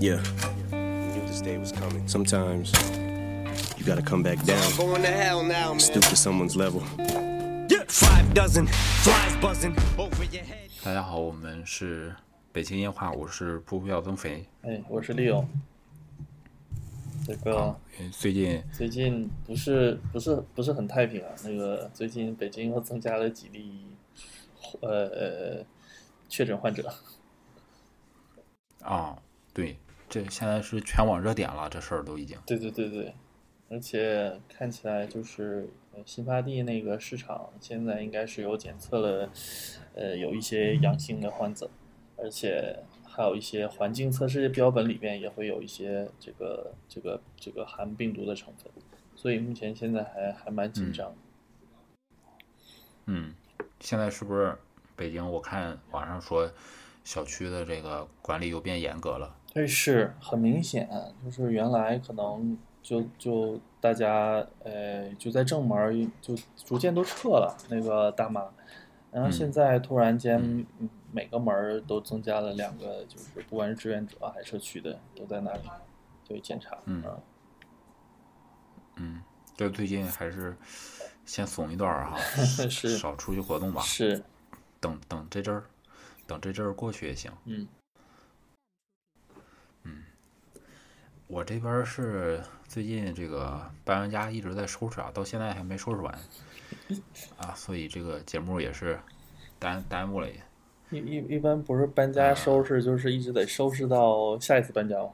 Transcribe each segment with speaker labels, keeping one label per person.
Speaker 1: Yeah. Knew this day was coming. Sometimes you gotta come back down.
Speaker 2: Going to hell now, man.
Speaker 1: Stoop to someone's level. Yeah. Five dozen flies buzzing over your head.
Speaker 3: 大家好，我们是北京夜话，我是噗噗要增肥。
Speaker 4: 哎，我是利勇。这个
Speaker 3: 嗯最近
Speaker 4: 最近不是不是不是很太平啊，那个最近北京又增加了几例，呃呃，确诊患者。
Speaker 3: 啊，对，这现在是全网热点了，这事儿都已经。
Speaker 4: 对对对对，而且看起来就是呃新发地那个市场现在应该是有检测了，呃，有一些阳性的患者，而且还有一些环境测试标本里面也会有一些这个这个这个含病毒的成分，所以目前现在还还蛮紧张的。
Speaker 3: 嗯，现在是不是北京？我看网上说，小区的这个管理又变严格了。
Speaker 4: 对，是很明显，就是原来可能就就大家呃就在正门儿就逐渐都撤了那个大妈，然后
Speaker 3: 嗯
Speaker 4: 现在突然间嗯每个门儿都增加了两个，就是不管是志愿者啊还是社区的都在那里对检查，啊
Speaker 3: 嗯嗯，这最近还是先怂一段儿哈，
Speaker 4: 是
Speaker 3: 少出去活动吧。
Speaker 4: 是
Speaker 3: 等等这阵儿，等这阵儿过去也行。嗯
Speaker 4: 嗯
Speaker 3: 我这边儿是最近这个搬完家一直在收拾啊，到现在还没收拾完啊，所以这个节目也是耽耽误了也。
Speaker 4: 一一一般不是搬
Speaker 3: 啊
Speaker 4: 家收拾，就是一直得收拾到下一次搬家吗？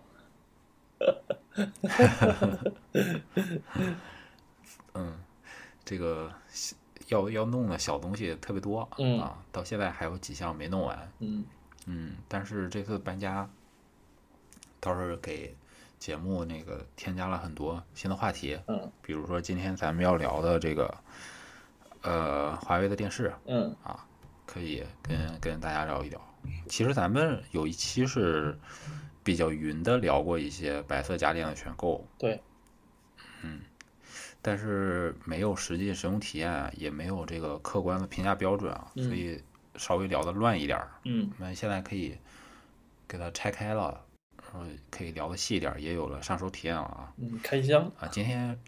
Speaker 3: 嗯，这个小要要弄的小东西特别多、
Speaker 4: 嗯
Speaker 3: 啊，到现在还有几项没弄完。
Speaker 4: 嗯
Speaker 3: 嗯，但是这次搬家倒是给节目那个添加了很多新的话题，
Speaker 4: 嗯
Speaker 3: 比如说今天咱们要聊的这个呃华为的电视，
Speaker 4: 嗯
Speaker 3: 可以跟跟大家聊一聊。其实咱们有一期是比较云的聊过一些白色家电的选购，
Speaker 4: 对，
Speaker 3: 但是没有实际使用体验，也没有这个客观的评价标准啊，
Speaker 4: 嗯
Speaker 3: 所以稍微聊的乱一点儿。
Speaker 4: 嗯
Speaker 3: 我们现在可以给它拆开了，然后可以聊的细一点儿，也有了上手体验了啊。
Speaker 4: 嗯，开箱
Speaker 3: 啊，今天，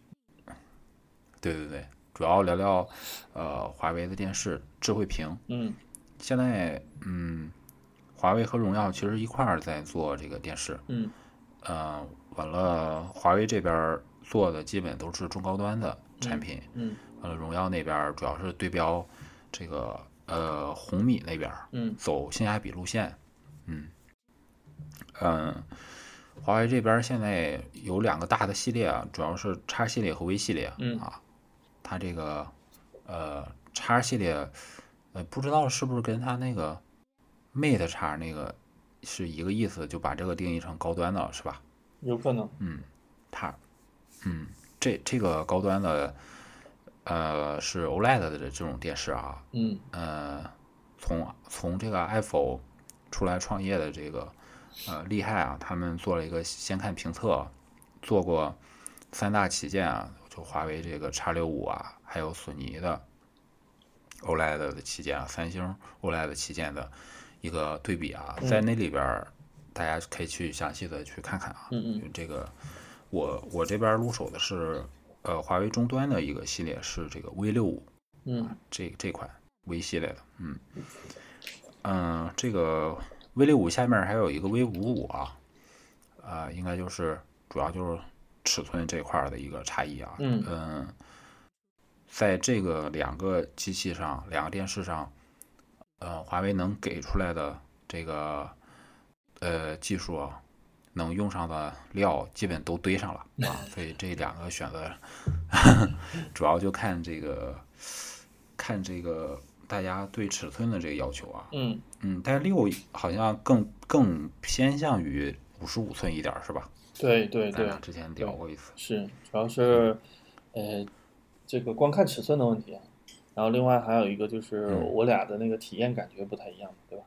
Speaker 3: 对对对，主要聊聊呃华为的电视智慧屏，
Speaker 4: 嗯
Speaker 3: 现在，嗯，华为和荣耀其实一块儿在做这个电视，
Speaker 4: 嗯
Speaker 3: 呃，完了，华为这边儿做的基本都是中高端的产品，
Speaker 4: 嗯
Speaker 3: 完了，荣耀那边儿主要是对标这个呃红米那边儿
Speaker 4: 嗯
Speaker 3: 走性价比路线，嗯，嗯，华为这边儿现在有两个大的系列啊，主要是叉系列和 V 系列，
Speaker 4: 嗯
Speaker 3: 啊，它这个呃叉系列，呃，不知道是不是跟它那个 Mate 叉那个是一个意思，就把这个定义成高端的了，是吧？
Speaker 4: 有可能，
Speaker 3: 它，嗯，这这个高端的，呃，是 OLED 的这这种电视啊，
Speaker 4: 嗯
Speaker 3: 呃，从从这个 Apple 出来创业的这个呃厉害啊，他们做了一个先看评测，做过三大旗舰啊，就华为这个 X 六五啊，还有索尼的 OLED 的旗舰啊，三星 OLED 的旗舰的一个对比啊，
Speaker 4: 嗯
Speaker 3: 在那里边儿大家可以去详细的去看看啊，
Speaker 4: 嗯嗯
Speaker 3: 这个我我这边儿入手的是呃华为终端的一个系列是这个 V 六五。
Speaker 4: 嗯
Speaker 3: 这这款 V 系列的，嗯嗯、这个 V 六五下面还有一个 V 五五啊，啊、应该就是主要就是尺寸这块儿的一个差异啊，
Speaker 4: 嗯
Speaker 3: 在这个两个机器上，两个电视上，呃，华为能给出来的这个呃技术啊，能用上的料基本都堆上了啊，所以这两个选择 主要就看这个看这个大家对尺寸的这个要求啊，
Speaker 4: 嗯，
Speaker 3: 嗯，但是六好像更更偏向于五十五寸一点儿是吧？
Speaker 4: 对对
Speaker 3: 咱
Speaker 4: 对啊
Speaker 3: 俩，之前聊过一次，
Speaker 4: 是，主要是，呃，这个光看尺寸的问题，啊然后另外还有一个就是
Speaker 3: 嗯
Speaker 4: 我俩的那个体验感觉不太一样，对吧？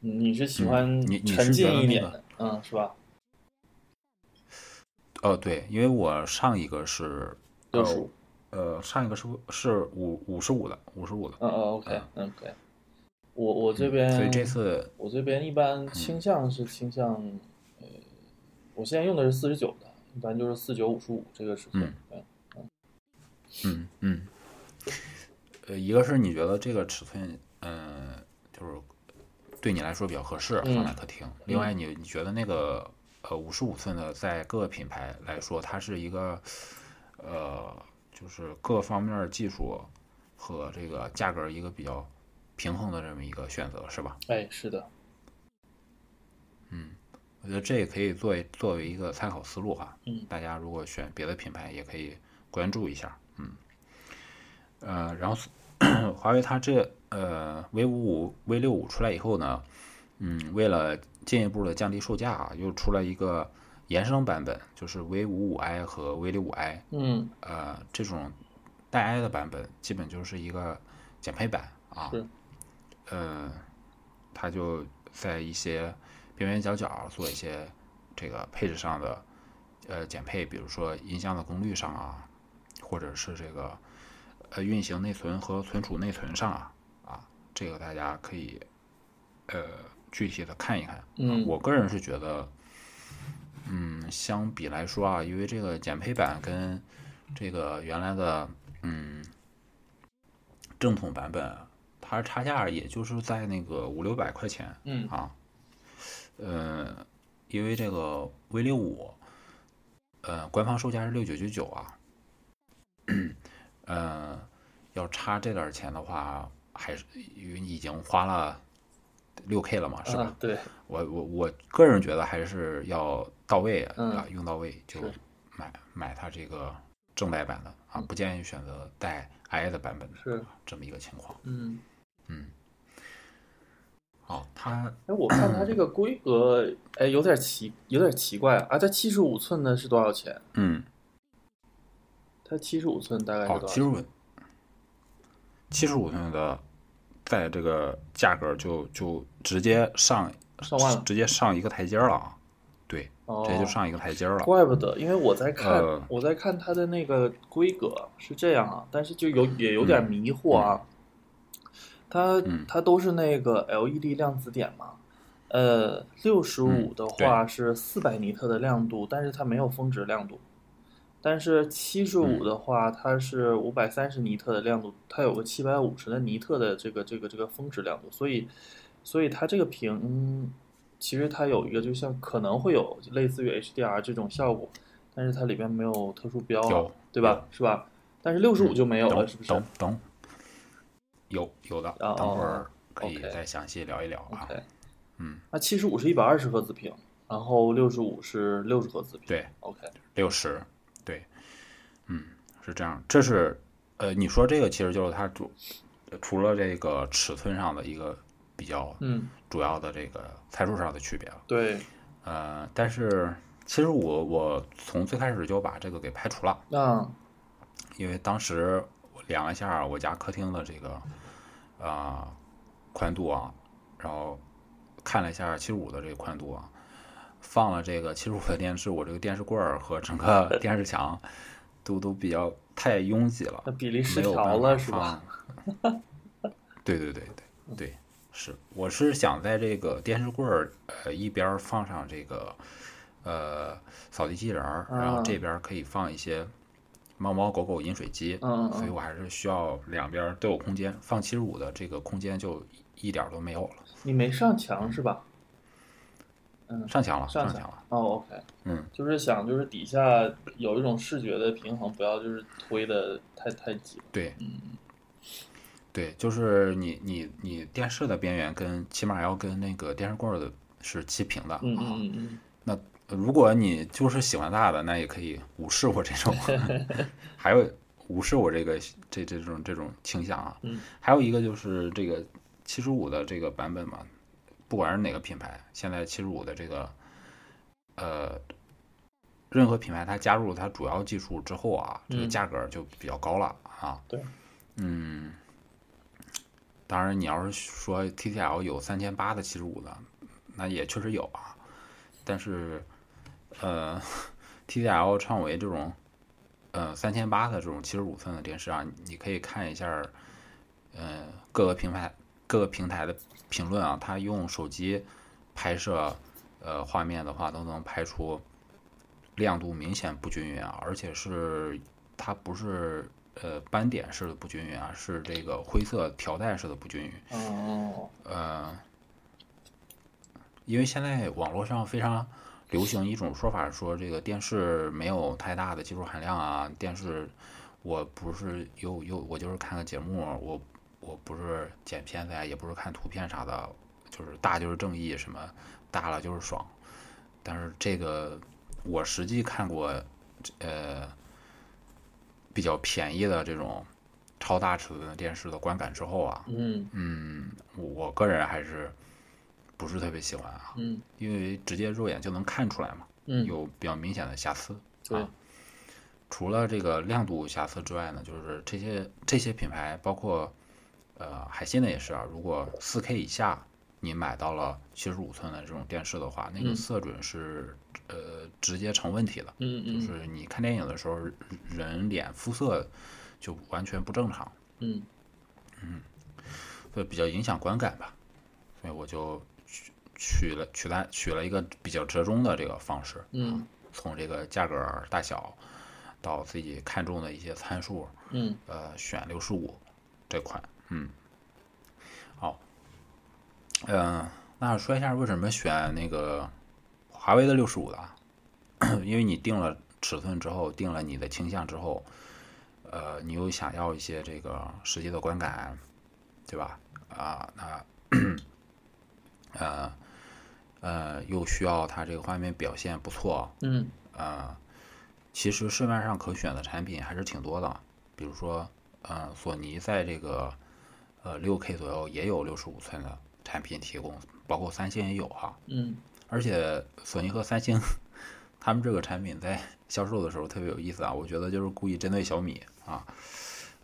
Speaker 4: 你你是喜
Speaker 3: 嗯
Speaker 4: 欢
Speaker 3: 你你
Speaker 4: 沉
Speaker 3: 是觉
Speaker 4: 浸
Speaker 3: 得
Speaker 4: 一
Speaker 3: 那
Speaker 4: 点
Speaker 3: 个
Speaker 4: 的，嗯，是吧？
Speaker 3: 哦对，因为我上一个是呃
Speaker 4: 六十五，
Speaker 3: 呃，上一个是是五五十五的，五十五的，
Speaker 4: 嗯嗯，OK，嗯，可以，我我这边，
Speaker 3: 所以这次嗯
Speaker 4: 我这边一般倾向是倾向，呃，我现在用的是四十九的，一般就是四九五十五这个尺寸。嗯
Speaker 3: 嗯嗯，呃，一个是你觉得这个尺寸，嗯、就是对你来说比较合适
Speaker 4: 嗯
Speaker 3: 放在客厅，另外你你觉得那个呃五十五寸的，在各个品牌来说，它是一个呃就是各方面技术和这个价格一个比较平衡的这么一个选择，是吧？
Speaker 4: 哎，是的，
Speaker 3: 我觉得这也可以作为作为一个参考思路哈。
Speaker 4: 嗯
Speaker 3: 大家如果选别的品牌，也可以关注一下。嗯，呃，然后 华为它这呃 V 五五 V 六五出来以后呢，嗯，为了进一步的降低售价啊，又出了一个延伸版本，就是 V 五五 i 和 V 六五 i。
Speaker 4: 嗯
Speaker 3: 呃，这种带 i 的版本基本就是一个减配版啊。
Speaker 4: 是
Speaker 3: 呃，它就在一些边边角角做一些这个配置上的呃减配，比如说音箱的功率上啊，或者是这个呃运行内存和存储内存上啊啊，这个大家可以呃具体的看一看。
Speaker 4: 嗯，
Speaker 3: 我个人是觉得，嗯，相比来说啊，因为这个减配版跟这个原来的嗯正统版本，它差价也就是在那个五六百块钱
Speaker 4: 嗯
Speaker 3: 啊。呃，因为这个 V 六五，呃，官方售价是六九九九啊，呃，要差这点儿钱的话，还是因为已经花了六 K 了嘛，是吧？
Speaker 4: 啊对，
Speaker 3: 我我我个人觉得还是要到位啊，
Speaker 4: 嗯
Speaker 3: 用到位就是买买它这个正代版的啊，不建议选择带 i 的版本的
Speaker 4: 嗯是
Speaker 3: 这么一个情况。
Speaker 4: 嗯。
Speaker 3: 嗯，好，它
Speaker 4: 哎，我看它这个规格，哎，有点奇，有点奇怪啊！啊它七十五寸的是多少钱？
Speaker 3: 嗯，
Speaker 4: 它七十五寸大概是
Speaker 3: 好，
Speaker 4: 多少
Speaker 3: 七十
Speaker 4: 钱？
Speaker 3: 五七十五寸的，在这个价格就就直接上
Speaker 4: 上万了
Speaker 3: 直接上一个台阶儿了啊，对，
Speaker 4: 哦
Speaker 3: 直接就上一个台阶儿了。
Speaker 4: 怪不得，因为我在看、
Speaker 3: 呃
Speaker 4: 我在看它的那个规格是这样啊，但是就有也有点迷惑啊。它
Speaker 3: 嗯
Speaker 4: 它都是那个 LED 量子点嘛，呃，六十五
Speaker 3: 嗯
Speaker 4: 的话是四百尼特的亮度，但是它没有峰值亮度。但是七十
Speaker 3: 嗯
Speaker 4: 五的话，它是五百三十尼特的亮度，它有个七百五十的尼特的这个这个这个峰值亮度，所以所以它这个屏其实它有一个就像可能会有类似于 HDR 这种效果，但是它里边没有特殊标啊、
Speaker 3: 有嗯
Speaker 4: 对吧？是吧？但是六十五就没有了，
Speaker 3: 等
Speaker 4: 是不是
Speaker 3: 等等，有有的，
Speaker 4: 哦
Speaker 3: 等会儿可以
Speaker 4: OK
Speaker 3: 再详细聊一聊啊。
Speaker 4: ？OK，
Speaker 3: 嗯，
Speaker 4: 那七十五是一百二十赫兹屏，然后六十五是六十赫兹屏。
Speaker 3: 对，
Speaker 4: OK，
Speaker 3: 六十，对，嗯，是这样。这是呃，你说这个其实就是它主除了这个尺寸上的一个比较
Speaker 4: 嗯，
Speaker 3: 主要的这个参数上的区别了。
Speaker 4: 对，
Speaker 3: 呃，但是其实我我从最开始就把这个给排除了。
Speaker 4: 那
Speaker 3: 因为当时我量了一下我家客厅的这个呃宽度啊，然后看了一下七十五的这个宽度啊，放了这个七十五的电视，我这个电视柜儿和整个 电视墙都都比较太拥挤了
Speaker 4: 那，比例失
Speaker 3: 没有
Speaker 4: 调
Speaker 3: 办
Speaker 4: 了
Speaker 3: 法啊
Speaker 4: 是吧？
Speaker 3: 放。 对对对对对，是，我是想在这个电视柜儿呃一边儿放上这个呃扫地机器人儿，然后
Speaker 4: 啊
Speaker 3: 这边儿可以放一些猫猫狗狗饮水机，
Speaker 4: 嗯嗯
Speaker 3: 所以
Speaker 4: 嗯，
Speaker 3: 我还是需要两边儿都有空间，放七十五的这个空间就一点儿都没有了，
Speaker 4: 嗯你没上墙是吧？
Speaker 3: 上墙了，
Speaker 4: 上
Speaker 3: 上
Speaker 4: 墙
Speaker 3: 墙了，
Speaker 4: 哦，OK，
Speaker 3: 嗯，
Speaker 4: 就是想就是底下有一种视觉的平衡，不要就是推的太太紧。
Speaker 3: 对，
Speaker 4: 嗯
Speaker 3: 对，就是你你你电视的边缘跟起码要跟那个电视柜儿的是齐平的，
Speaker 4: 嗯
Speaker 3: 啊
Speaker 4: 嗯嗯嗯，
Speaker 3: 如果你就是喜欢大的，那也可以无视我这 种，还有无视我这个这这种这种倾向啊。
Speaker 4: 嗯
Speaker 3: 还有一个就是这个七十五的这个版本嘛，不管是哪个品牌，现在七十五的这个呃，任何品牌它加入它主要技术之后啊，这个
Speaker 4: 嗯
Speaker 3: 价格就比较高了啊。
Speaker 4: 对，
Speaker 3: 嗯。当然，你要是说 TTL 有三千八的七十五的，那也确实有啊。但是，呃，TDL 创维这种，呃，三千八的这种七十五寸的电视啊，你你可以看一下，呃，各个品牌各个平台的评论啊，它用手机拍摄呃画面的话，都能拍出亮度明显不均匀啊，而且是它不是呃斑点式的不均匀啊，是这个灰色条带式的不均匀。
Speaker 4: 哦，
Speaker 3: 呃，因为现在网络上非常流行一种说法，说这个电视没有太大的技术含量啊，电视我不是有有我就是看个节目，我我不是剪片子呀，也不是看图片啥的，就是大就是正义，什么大了就是爽。但是这个我实际看过，呃，比较便宜的这种超大尺寸的电视的观感之后啊，
Speaker 4: 嗯
Speaker 3: 嗯，我我个人还是不是特别喜欢啊，
Speaker 4: 嗯
Speaker 3: 因为直接肉眼就能看出来嘛，
Speaker 4: 嗯，
Speaker 3: 有比较明显的瑕疵。
Speaker 4: 对
Speaker 3: 啊，除了这个亮度瑕疵之外呢，就是这些这些品牌，包括呃海信的也是啊，如果 4K 以下你买到了75寸的这种电视的话，那
Speaker 4: 嗯
Speaker 3: 个色准是、呃直接成问题的，
Speaker 4: 嗯
Speaker 3: 就
Speaker 4: 嗯
Speaker 3: 是你看电影的时候，人脸肤色就完全不正常。
Speaker 4: 嗯
Speaker 3: 会比较影响观感吧，所以我就取取了取了取了一个比较折中的这个方式，
Speaker 4: 嗯
Speaker 3: 从这个价格大小到自己看中的一些参数，
Speaker 4: 嗯
Speaker 3: 呃，选六十五这款，嗯，好，嗯、那说一下为什么选那个华为的六十五的啊， 因为你定了尺寸之后，定了你的倾向之后，呃，你又想要一些这个实际的观感，对吧？啊，那呃呃，又需要它这个画面表现不错，
Speaker 4: 嗯
Speaker 3: 呃，其实市面上可选的产品还是挺多的，比如说，呃，索尼在这个呃六 K 左右也有六十五寸的产品提供，包括三星也有哈、
Speaker 4: 嗯
Speaker 3: 而且索尼和三星他们这个产品在销售的时候特别有意思啊，我觉得就是故意针对小米啊，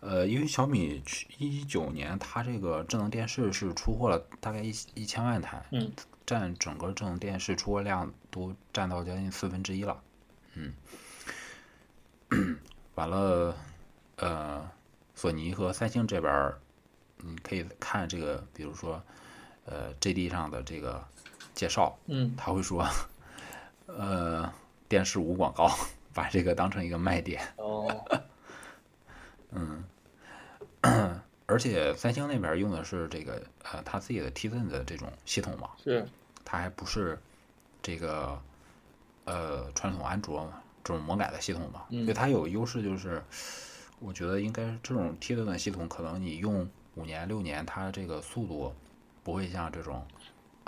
Speaker 3: 呃，因为小米一九年它这个智能电视是出货了大概一一千万台，
Speaker 4: 嗯，
Speaker 3: 占整个智能电视出货量都占到将近四分之一了，嗯，完了，呃，索尼和三星这边儿，你可以看这个，比如说，呃，JD 上的这个介绍，
Speaker 4: 嗯
Speaker 3: 他会说， 呃，电视无广告， 把这个当成一个卖点。
Speaker 4: 哦
Speaker 3: 而且三星那边用的是这个呃他自己的 Tizen 的这种系统嘛，
Speaker 4: 是
Speaker 3: 它还不是这个呃传统安卓这种魔改的系统嘛，
Speaker 4: 嗯
Speaker 3: 所以它有优势就是，我觉得应该是这种 Tizen 的系统，可能你用五年六年，它这个速度不会像这种。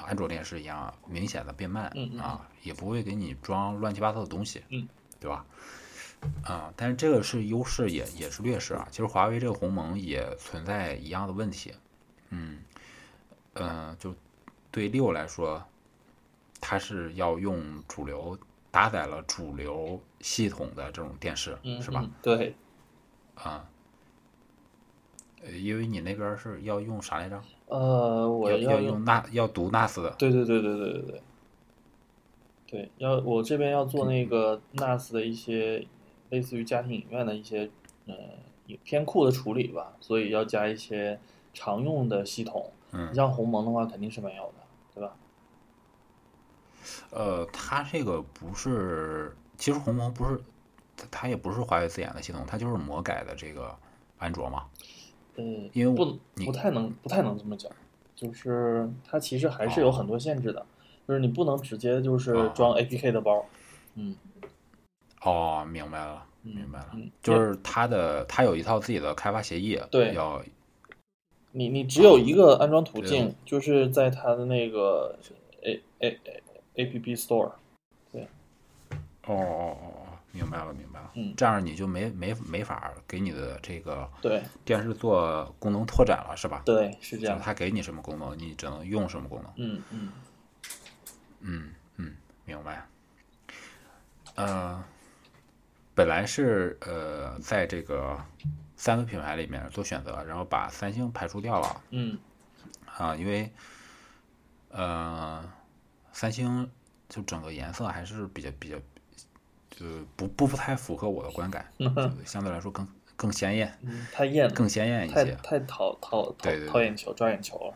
Speaker 3: 安卓电视一样明显的变慢
Speaker 4: 嗯嗯嗯
Speaker 3: 啊，也不会给你装乱七八糟的东西，
Speaker 4: 嗯
Speaker 3: 对吧？啊、但是这个是优势也也是劣势啊。其实华为这个鸿蒙也存在一样的问题，嗯，呃，就对六来说，它是要用主流搭载了主流系统的这种电视，
Speaker 4: 嗯
Speaker 3: 是吧？？
Speaker 4: 嗯对，
Speaker 3: 啊、呃，因为你那边是要用啥来着？
Speaker 4: 呃，我
Speaker 3: 要
Speaker 4: 要
Speaker 3: 用纳要读 NAS 的，
Speaker 4: 对对对对对对对，对，要我这边要做那个 NAS 的一些类似于家庭影院的一些呃影片库的处理吧，所以要加一些常用的系统。
Speaker 3: 嗯
Speaker 4: 你，像鸿蒙的话肯定是没有的，对吧？
Speaker 3: 呃，它这个不是，其实鸿蒙不是，它它也不是华为自研的系统，它就是魔改的这个安卓嘛。
Speaker 4: 嗯，
Speaker 3: 因为我
Speaker 4: 不
Speaker 3: 你
Speaker 4: 不太能不太能这么讲，就是它其实还是有很多限制的，就是你不能直接就是
Speaker 3: 哦
Speaker 4: 装 APK 的包。嗯
Speaker 3: 哦，明白了，
Speaker 4: 嗯
Speaker 3: 明白了，
Speaker 4: 嗯
Speaker 3: 就是它的，它有一套自己的开发协议，
Speaker 4: 对
Speaker 3: 要哦
Speaker 4: 你你只有一个安装途
Speaker 3: 嗯对
Speaker 4: 径，就是在它的那个 A A A P P Store。
Speaker 3: 哦哦哦哦，明白了明白了，
Speaker 4: 嗯
Speaker 3: 这样你就没没没法给你的这个
Speaker 4: 对
Speaker 3: 电视做功能拓展了，是吧？
Speaker 4: 对，是这
Speaker 3: 就
Speaker 4: 样
Speaker 3: 是。它给你什么功能，你只能用什么功能。
Speaker 4: 嗯嗯
Speaker 3: 嗯嗯，明白。呃，本来是呃在这个三个品牌里面做选择，然后把三星排除掉了，
Speaker 4: 嗯
Speaker 3: 啊，因为呃，三星就整个颜色还是比较比较，就是不不不太符合我的观感，就相对来说更更鲜艳，
Speaker 4: 嗯，太艳了，
Speaker 3: 更鲜艳一
Speaker 4: 太
Speaker 3: 些。
Speaker 4: 太讨讨讨
Speaker 3: 对对对
Speaker 4: 讨眼球，抓眼球了。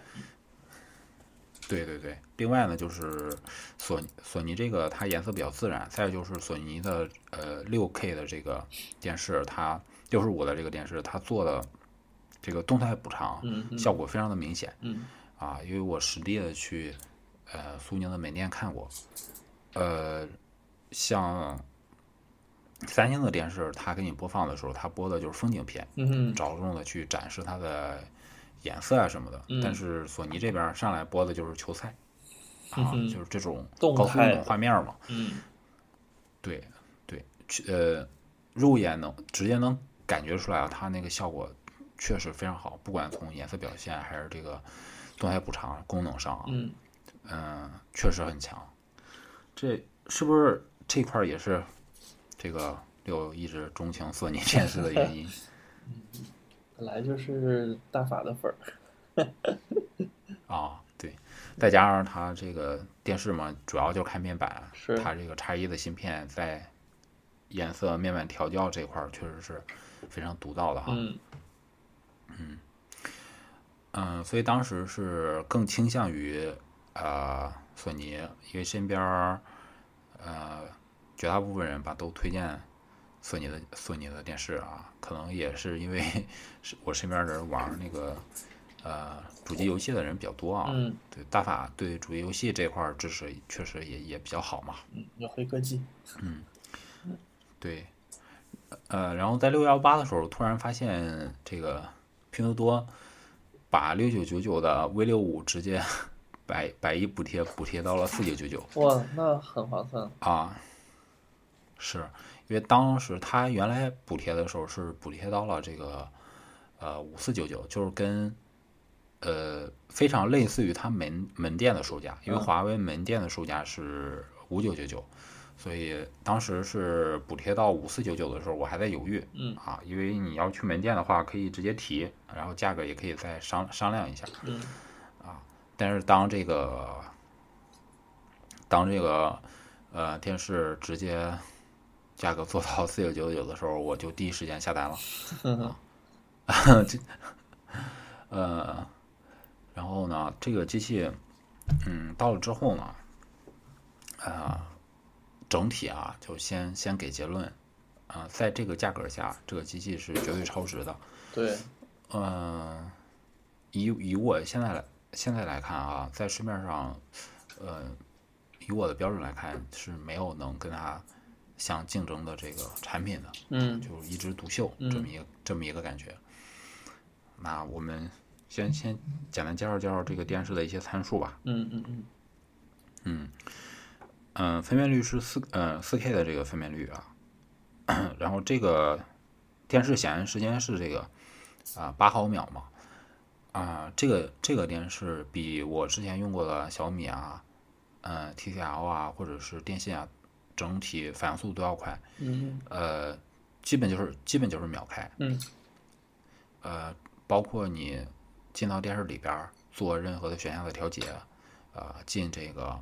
Speaker 3: 对对对，另外呢，就是索尼索尼这个它颜色比较自然，再就是索尼的呃六 K 的这个电视，它六十五的这个电视，它做的这个动态补偿
Speaker 4: 嗯嗯
Speaker 3: 效果非常的明显
Speaker 4: 嗯
Speaker 3: 啊，因为我实地的去呃苏宁的门店看过，呃，像三星的电视，它给你播放的时候，它播的就是风景片，
Speaker 4: 嗯
Speaker 3: 着重的去展示它的颜色啊什么的。
Speaker 4: 嗯
Speaker 3: 但是索尼这边上来播的就是球赛，啊，
Speaker 4: 嗯哼
Speaker 3: 就是这种
Speaker 4: 动
Speaker 3: 高速
Speaker 4: 态
Speaker 3: 那种画面嘛。
Speaker 4: 嗯
Speaker 3: 对对，去呃，肉眼能直接能感觉出来啊，它那个效果确实非常好，不管从颜色表现还是这个动态补偿功能上啊，
Speaker 4: 嗯，
Speaker 3: 嗯，确实很强。这是不是这块儿也是这个六一直钟情索尼电视的原 因？
Speaker 4: 本来就是大法 的粉儿。
Speaker 3: 啊，对，再加上它这个电视嘛，主要就看面板，
Speaker 4: 是
Speaker 3: 它这个叉一的芯片在颜色、面板调教这块儿确实是非常独到的哈。
Speaker 4: 嗯
Speaker 3: 嗯，所以当时是更倾向于呃索尼，因为身边儿呃绝大部分人吧都推荐索尼的索尼的电视啊，可能也是因为是我身边儿人玩儿那个呃主机游戏的人比较多啊，
Speaker 4: 嗯
Speaker 3: 对大法对主机游戏这块儿支持确实也也比较好嘛，
Speaker 4: 嗯，有黑科技。
Speaker 3: 对，呃，然后在六幺八的时候，突然发现这个拼多多把六九九九的 V 六五直接 百百亿补贴补贴到了四九九九
Speaker 4: 哇，那很划算。
Speaker 3: 啊，是因为当时它原来补贴的时候是补贴到了这个呃五四九九，就是跟呃非常类似于它门门店的售价，因为
Speaker 4: 嗯
Speaker 3: 华为门店的售价是五九九九。所以当时是补贴到五四九九的时候，我还在犹豫，
Speaker 4: 嗯
Speaker 3: 啊，因为你要去门店的话，可以直接提，然后价格也可以再商商量一下。啊
Speaker 4: 嗯
Speaker 3: 但是当这个当这个呃电视直接价格做到四九九九的时候，我就第一时间下单了。啊 这呃，然后呢，这个机器嗯到了之后呢，啊、整体啊就先先给结论啊、在这个价格下，这个机器是绝对超值的。
Speaker 4: 对，
Speaker 3: 嗯，以以我现在来现在来看啊，在市面上，呃，以我的标准来看，是没有能跟它相竞争的这个产品的，
Speaker 4: 嗯
Speaker 3: 就是一枝独秀这么一个、这么一个感觉。那我们先先简单介绍介绍这个电视的一些参数吧。
Speaker 4: 嗯嗯嗯
Speaker 3: 嗯，分辨率是四呃四 K 的这个分辨率啊， 然后这个电视显示时间是这个啊八、毫秒嘛，啊、这个这个电视比我之前用过的小米啊，呃 TCL 啊或者是电信啊，整体反应速度都要快，
Speaker 4: 嗯
Speaker 3: 呃，基本就是基本就是秒开，
Speaker 4: 嗯，
Speaker 3: 呃，包括你进到电视里边儿做任何的选项的调节，呃，进这个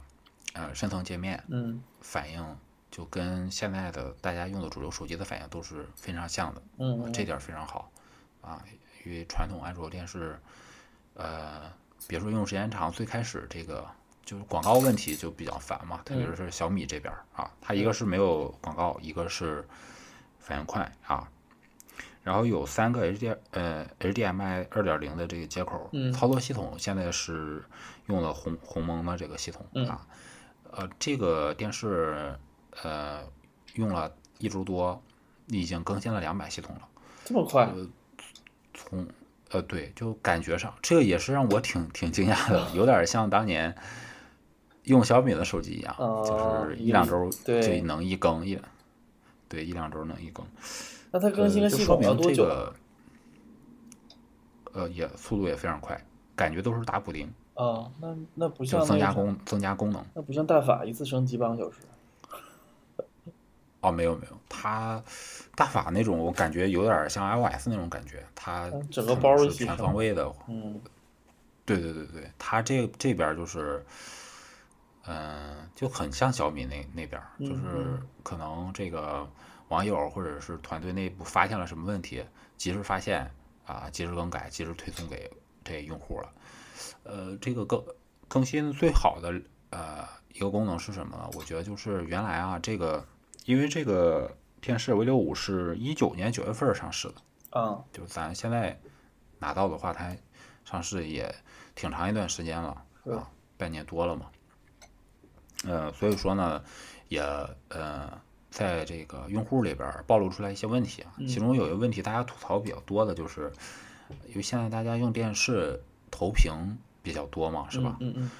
Speaker 3: 呃深层界面。
Speaker 4: 嗯
Speaker 3: 反应就跟现在的大家用的主流手机的反应都是非常像的，
Speaker 4: 嗯嗯，
Speaker 3: 这点儿非常好啊。因为传统安卓电视，呃，别说用时间长，最开始这个就是广告问题就比较烦嘛，特别
Speaker 4: 嗯
Speaker 3: 是小米这边儿啊，它一个是没有广告，一个是反应快啊。然后有三个 HD 呃 HDMI 二点零的这个接口，
Speaker 4: 嗯
Speaker 3: 操作系统现在是用了鸿鸿蒙的这个系统
Speaker 4: 嗯
Speaker 3: 啊，呃，这个电视呃用了一周多，已经更新了两百系统了。
Speaker 4: 这么快？
Speaker 3: 从呃对，就感觉上这个也是让我挺挺惊讶的，有点像当年用小米的手机一样，
Speaker 4: 哦
Speaker 3: 就是一两周
Speaker 4: 对
Speaker 3: 就能一更一，对，一两周能一更。
Speaker 4: 那它更新
Speaker 3: 呃
Speaker 4: 的
Speaker 3: 就
Speaker 4: 系
Speaker 3: 说
Speaker 4: 统要
Speaker 3: 明
Speaker 4: 多
Speaker 3: 这
Speaker 4: 久？啊
Speaker 3: 个呃也速度也非常快，感觉都是打补丁，
Speaker 4: 啊，那那不
Speaker 3: 就
Speaker 4: 像
Speaker 3: 是增
Speaker 4: 那
Speaker 3: 加
Speaker 4: 种
Speaker 3: 功增加功能。
Speaker 4: 那不像大法一次升级半个小时。
Speaker 3: 哦，没有没有，它大法那种我感觉有点像 iOS 那种感觉，它
Speaker 4: 嗯整个
Speaker 3: 可能
Speaker 4: 包儿
Speaker 3: 是
Speaker 4: 一起
Speaker 3: 全
Speaker 4: 上
Speaker 3: 方位的，
Speaker 4: 嗯
Speaker 3: 对对对对，它这这边儿就是，呃嗯、就很像小米那那边儿，就
Speaker 4: 嗯
Speaker 3: 是
Speaker 4: 嗯
Speaker 3: 可能这个网友或者是团队内部发现了什么问题，及时发现啊，及时更改，及时推送给这用户了。呃，这个更更新最好的呃一个功能是什么呢？我觉得就是原来啊，这个因为这个电视 V 六五是一九年九月份上市的，
Speaker 4: 嗯
Speaker 3: 就是咱现在拿到的话，它上市也挺长一段时间了
Speaker 4: 是
Speaker 3: 啊，半年多了嘛。呃，所以说呢，也呃，在这个用户里边儿暴露出来一些问题啊，其中有一个问题大家吐槽比较多的就是，因为现在大家用电视投屏比较多嘛，是吧？
Speaker 4: 嗯嗯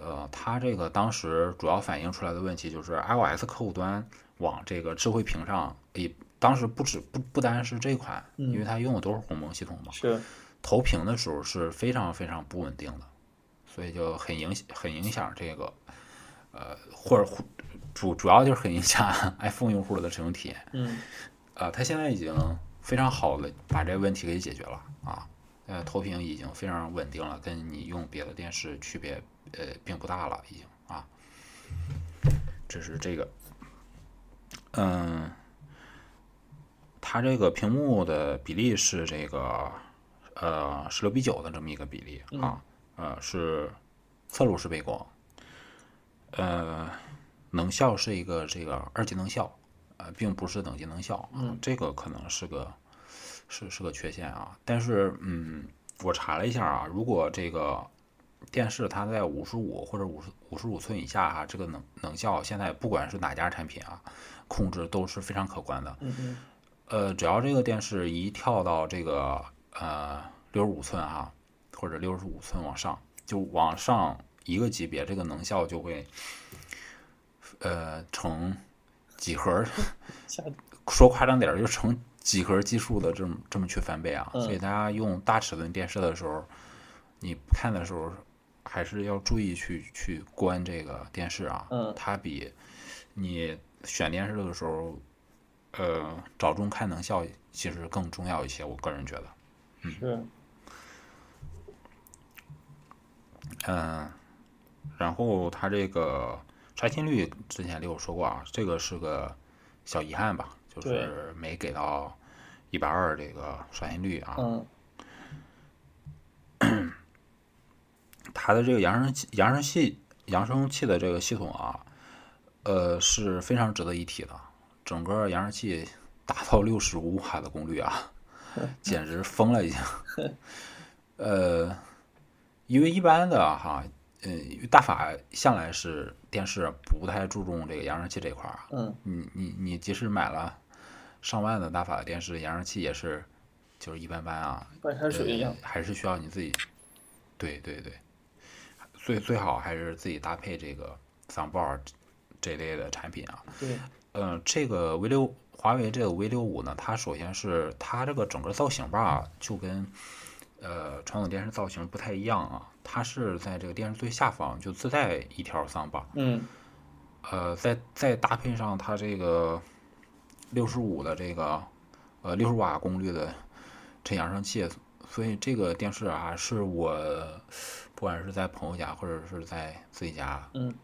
Speaker 3: 呃，它这个当时主要反映出来的问题就是 iOS 客户端往这个智慧屏上，也当时不止不不单是这款，因为它用的都是鸿蒙系统嘛
Speaker 4: 嗯，，是
Speaker 3: 投屏的时候是非常非常不稳定的，所以就很影响很影响这个，呃，或者或主主要就是很影响 iPhone 用户的使用体验。
Speaker 4: 嗯
Speaker 3: 呃，它现在已经非常好的把这个问题给解决了啊，呃，投屏已经非常稳定了，跟你用别的电视区别呃并不大了，已经啊，这是这个，嗯，它这个屏幕的比例是这个呃十六比九的这么一个比例啊，呃是侧录式背光，呃，能效是一个这个二级能效。呃，并不是等级能效啊，这个可能是个是是个缺陷啊。但是嗯，我查了一下啊，如果这个电视它在五十五或者五十五十五寸以下啊，这个能能效现在不管是哪家产品啊，控制都是非常可观的。
Speaker 4: 嗯嗯
Speaker 3: 呃，只要这个电视一跳到这个呃六十五寸啊，或者六十五寸往上，就往上一个级别，这个能效就会呃成几何 儿
Speaker 4: 下
Speaker 3: 说夸张点儿，就成几何级数的这么这么去翻倍啊。
Speaker 4: 嗯
Speaker 3: 所以大家用大尺寸电视的时候，你看的时候还是要注意去去关这个电视啊。
Speaker 4: 嗯
Speaker 3: 它比你选电视的时候，呃，找中看能效其实更重要一些。我个人觉得，
Speaker 4: 是
Speaker 3: 嗯，然后它这个刷新率之前也有说过啊，这个是个小遗憾吧，就
Speaker 4: 对
Speaker 3: 是没给到一百二这个刷新率啊。
Speaker 4: 嗯
Speaker 3: 它的这个扬声器、扬声器、扬声器的这个系统啊，呃，是非常值得一提的。整个扬声器达到六十五瓦的功率啊，简直疯了已经。呃，因为一般的哈，呃，大法向来是电视不太注重这个扬声器这一块儿啊。
Speaker 4: 嗯
Speaker 3: 你你你即使买了上万的大法的电视，扬声器也是就是一般般啊，
Speaker 4: 白开水一样
Speaker 3: 呃，还是需要你自己。对对对，最最好还是自己搭配这个 soundbar 这这类的产品啊。
Speaker 4: 对
Speaker 3: 嗯、这个 V 六华为这个 V 六五呢，它首先是它这个整个造型吧，就跟呃传统电视造型不太一样啊。它是在这个电视最下方就自带一条 soundbar，
Speaker 4: 嗯
Speaker 3: 呃，再再搭配上它这个六十五的这个呃六十瓦功率的这扬声器，所以这个电视啊，是我不管是在朋友家或者是在自己家
Speaker 4: 嗯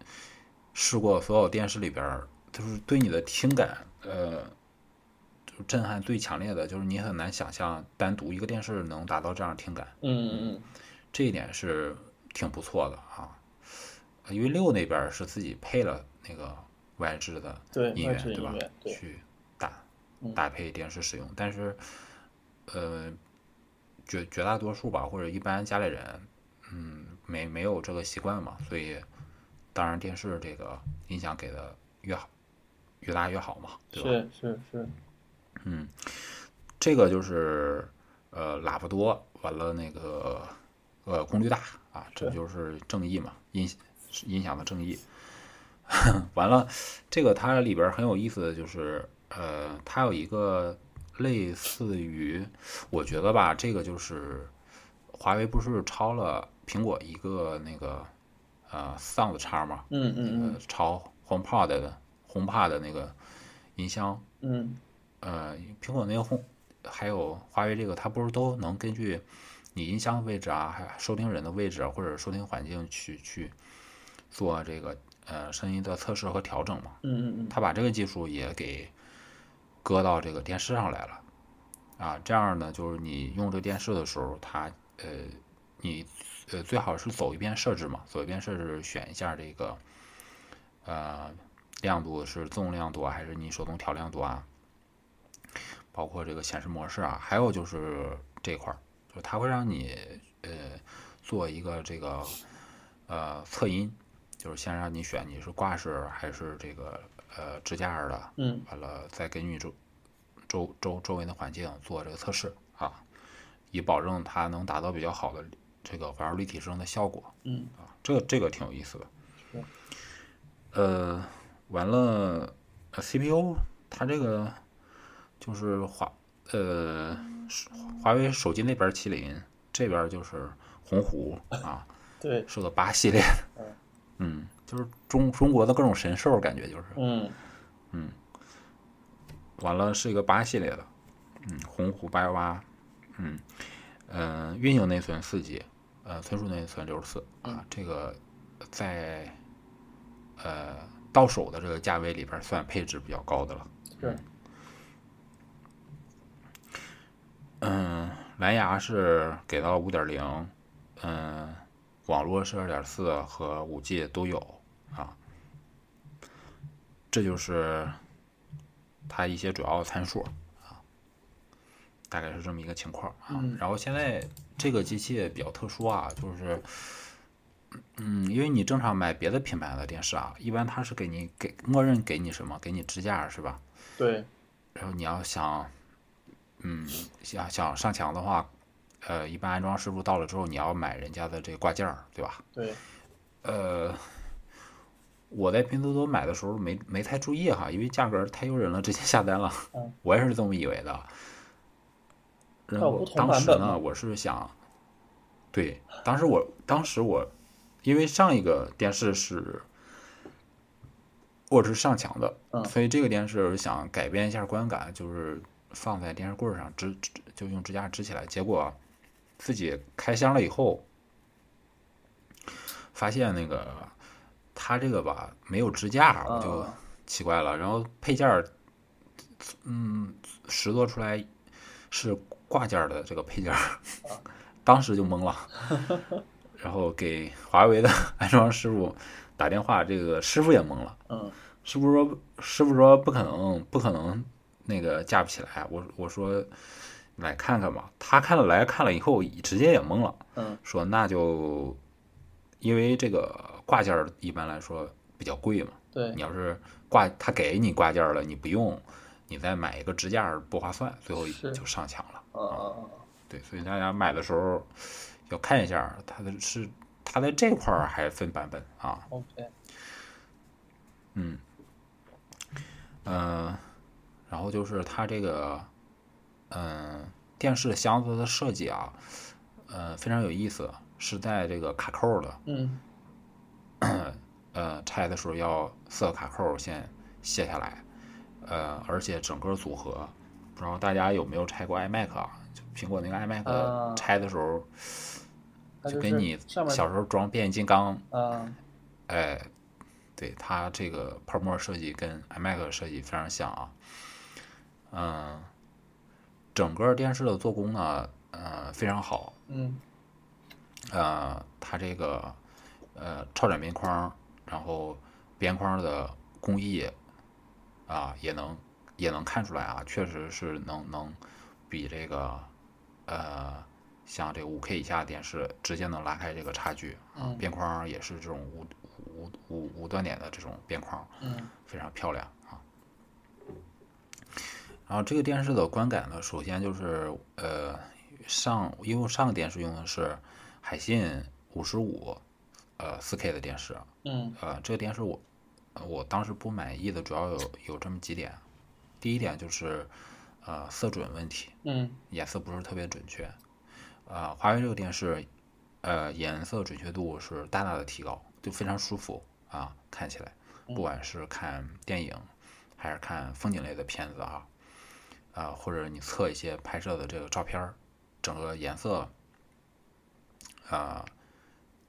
Speaker 3: 试过所有电视里边儿，就是对你的听感，呃，就是震撼最强烈的，就是你很难想象单独一个电视能达到这样的听感。
Speaker 4: 嗯嗯
Speaker 3: 这一点是挺不错的啊。呃因为六那边儿是自己配了那个外置的
Speaker 4: 对
Speaker 3: 音
Speaker 4: 外
Speaker 3: 乐，
Speaker 4: 置音
Speaker 3: 吧
Speaker 4: 乐？对
Speaker 3: 去搭
Speaker 4: 嗯
Speaker 3: 搭配电视使用，但是呃，绝绝大多数吧，或者一般家里人，嗯，没没有这个习惯嘛，所以当然电视这个音响给的越好越大越好嘛，对吧？
Speaker 4: 是是是
Speaker 3: 这个就是呃喇叭多，完了那个呃功率大啊，这就是正义嘛，音音响的正义。 完了，这个它里边儿很有意思的就是，呃，它有一个类似于，我觉得吧，这个就是华为不是抄了苹果一个那个呃 Sound 叉嘛，
Speaker 4: 嗯嗯
Speaker 3: 呃，抄 HomePod 的 HomePod 的那个音箱，
Speaker 4: 嗯
Speaker 3: 呃，苹果那个红，还有华为这个，它不是都能根据你音箱的位置啊，还有收听人的位置啊或者收听环境去去做这个呃声音的测试和调整嘛？
Speaker 4: 嗯嗯嗯
Speaker 3: 它把这个技术也给搁到这个电视上来了，啊，这样呢，就是你用这电视的时候，它呃，你呃最好是走一遍设置嘛，走一遍设置选一下这个呃亮度是自动亮度啊，还是你手动调亮度啊，包括这个显示模式啊，还有就是这块儿，就是它会让你呃做一个这个呃测音，就是先让你选你是挂式还是这个呃支架儿的，
Speaker 4: 嗯
Speaker 3: 完了再根据周周周周围的环境做这个测试啊，以保证它能达到比较好的这个环绕立体声的效果
Speaker 4: 嗯
Speaker 3: 啊。这个这个挺有意思的
Speaker 4: 是。
Speaker 3: 呃，完了呃，CPU 它这个就是华呃是华为手机那边儿麒麟，这边儿就是鸿鹄啊，
Speaker 4: 对，
Speaker 3: 是个八系列的
Speaker 4: 嗯。
Speaker 3: 嗯，就是中中国的各种神兽，感觉就是。
Speaker 4: 嗯
Speaker 3: 完了是一个八系列的，嗯，鸿鹄八幺八，嗯，呃，运行内存四 G，呃，存储内存六十四啊，这个在呃到手的这个价位里边儿算配置比较高的了。
Speaker 4: 是，
Speaker 3: 嗯，蓝牙是给到五点零，嗯，网络是二点四和五 G 都有啊。这就是它一些主要参数啊，大概是这么一个情况啊。
Speaker 4: 嗯
Speaker 3: 然后现在这个机器比较特殊啊，就是。嗯，因为你正常买别的品牌的电视啊，一般它是给你给默认给你什么？给你支架是吧？
Speaker 4: 对，
Speaker 3: 然后你要想，嗯，想想上墙的话，呃，一般安装师傅到了之后，你要买人家的这个挂件儿，对吧？
Speaker 4: 对，
Speaker 3: 呃，我在拼多多买的时候没没太注意哈，因为价格太诱人了，直接下单了。
Speaker 4: 嗯
Speaker 3: 我也是这么以为的。然
Speaker 4: 有
Speaker 3: 后
Speaker 4: 不同
Speaker 3: 当
Speaker 4: 版
Speaker 3: 时
Speaker 4: 本吗
Speaker 3: 呢，我是想，对，当时我当时我，因为上一个电视是我是上墙的，
Speaker 4: 嗯
Speaker 3: 所以这个电视我是想改变一下观感，就是放在电视柜儿上支支就用支架支起来，结果自己开箱了以后，发现那个它这个吧没有支架，我就
Speaker 4: 啊
Speaker 3: 奇怪了。然后配件儿，嗯，拾掇出来是挂件儿的这个配件儿， 当时就懵了。然后给华为的安装师傅打电话，这个师傅也懵了。
Speaker 4: 嗯
Speaker 3: 师傅说，师傅说不可能，不可能，那个架不起来。啊我我说你来看看吧。他看了来看了以后，直接也懵了。
Speaker 4: 嗯
Speaker 3: 说那就因为这个挂件儿一般来说比较贵嘛，
Speaker 4: 对
Speaker 3: 你，要是挂他给你挂件儿了，你不用，你再买一个支架儿不划算，最后
Speaker 4: 是
Speaker 3: 就上墙了。
Speaker 4: 啊啊
Speaker 3: 对，所以大家买的时候要看一下，它的是它在这块儿还分版本啊，
Speaker 4: ，OK，
Speaker 3: 嗯，呃，然后就是它这个，嗯、电视箱子的设计啊，呃，非常有意思，是在这个卡扣的，
Speaker 4: 嗯
Speaker 3: 呃，拆的时候要四个卡扣先卸下来，呃，而且整个组合，不知道大家有没有拆过 iMac 啊？就苹果那个 iMac
Speaker 4: 啊
Speaker 3: 拆的时候，
Speaker 4: 它
Speaker 3: 就
Speaker 4: 就
Speaker 3: 跟
Speaker 4: 是
Speaker 3: 你
Speaker 4: 上面
Speaker 3: 小时候装变形金刚，
Speaker 4: 啊，
Speaker 3: 哎，对，它这个泡沫设计跟 iMac 设计非常像啊。嗯，整个电视的做工呢，呃，非常好，
Speaker 4: 嗯
Speaker 3: 呃，它这个呃超窄边框，然后边框的工艺啊、也能也能看出来啊，确实是能能比这个呃像这个五 K 以下的电视直接能拉开这个差距啊，
Speaker 4: 嗯
Speaker 3: 边框也是这种无无无无断点的这种边框，
Speaker 4: 嗯
Speaker 3: 非常漂亮啊。然后这个电视的观感呢，首先就是呃上，因为上个电视用的是海信五十五呃四 K 的电视，
Speaker 4: 嗯
Speaker 3: 呃这个电视我呃我当时不满意的主要有有这么几点，第一点就是呃色准问题，
Speaker 4: 嗯
Speaker 3: 颜色不是特别准确，呃华为这个电视呃颜色准确度是大大的提高，就非常舒服啊，看起来。不管是看电影，还是看风景类的片子啊，啊，或者你测一些拍摄的这个照片儿，整个颜色，啊，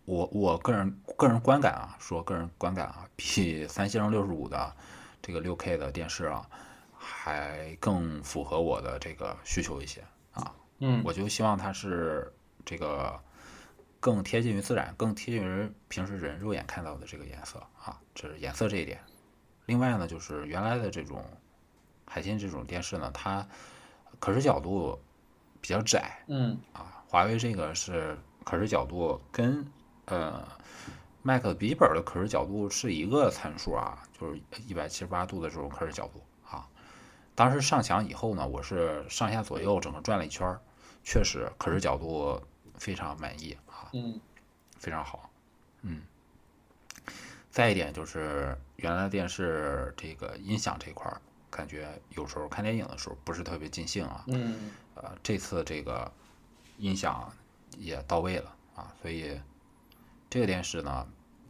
Speaker 3: 我我个人个人观感啊，说个人观感啊，比三星六十五的这个六 K 的电视啊，还更符合我的这个需求一些啊。
Speaker 4: 嗯
Speaker 3: 我就希望它是这个更贴近于自然，更贴近于平时人肉眼看到的这个颜色啊，这是颜色这一点。另外呢，就是原来的这种海信这种电视呢，它可视角度比较窄
Speaker 4: 嗯
Speaker 3: 啊，华为这个是可视角度跟呃麦克笔记本的可视角度是一个参数啊，就是一百七十八度的这种可视角度啊。当时上墙以后呢，我是上下左右整个转了一圈儿，确实可视角度非常满意啊，
Speaker 4: 嗯
Speaker 3: 非常好。嗯，再一点就是原来电视这个音响这块儿，感觉有时候看电影的时候不是特别尽兴啊。
Speaker 4: 嗯
Speaker 3: 呃，这次这个音响也到位了啊，所以这个电视呢，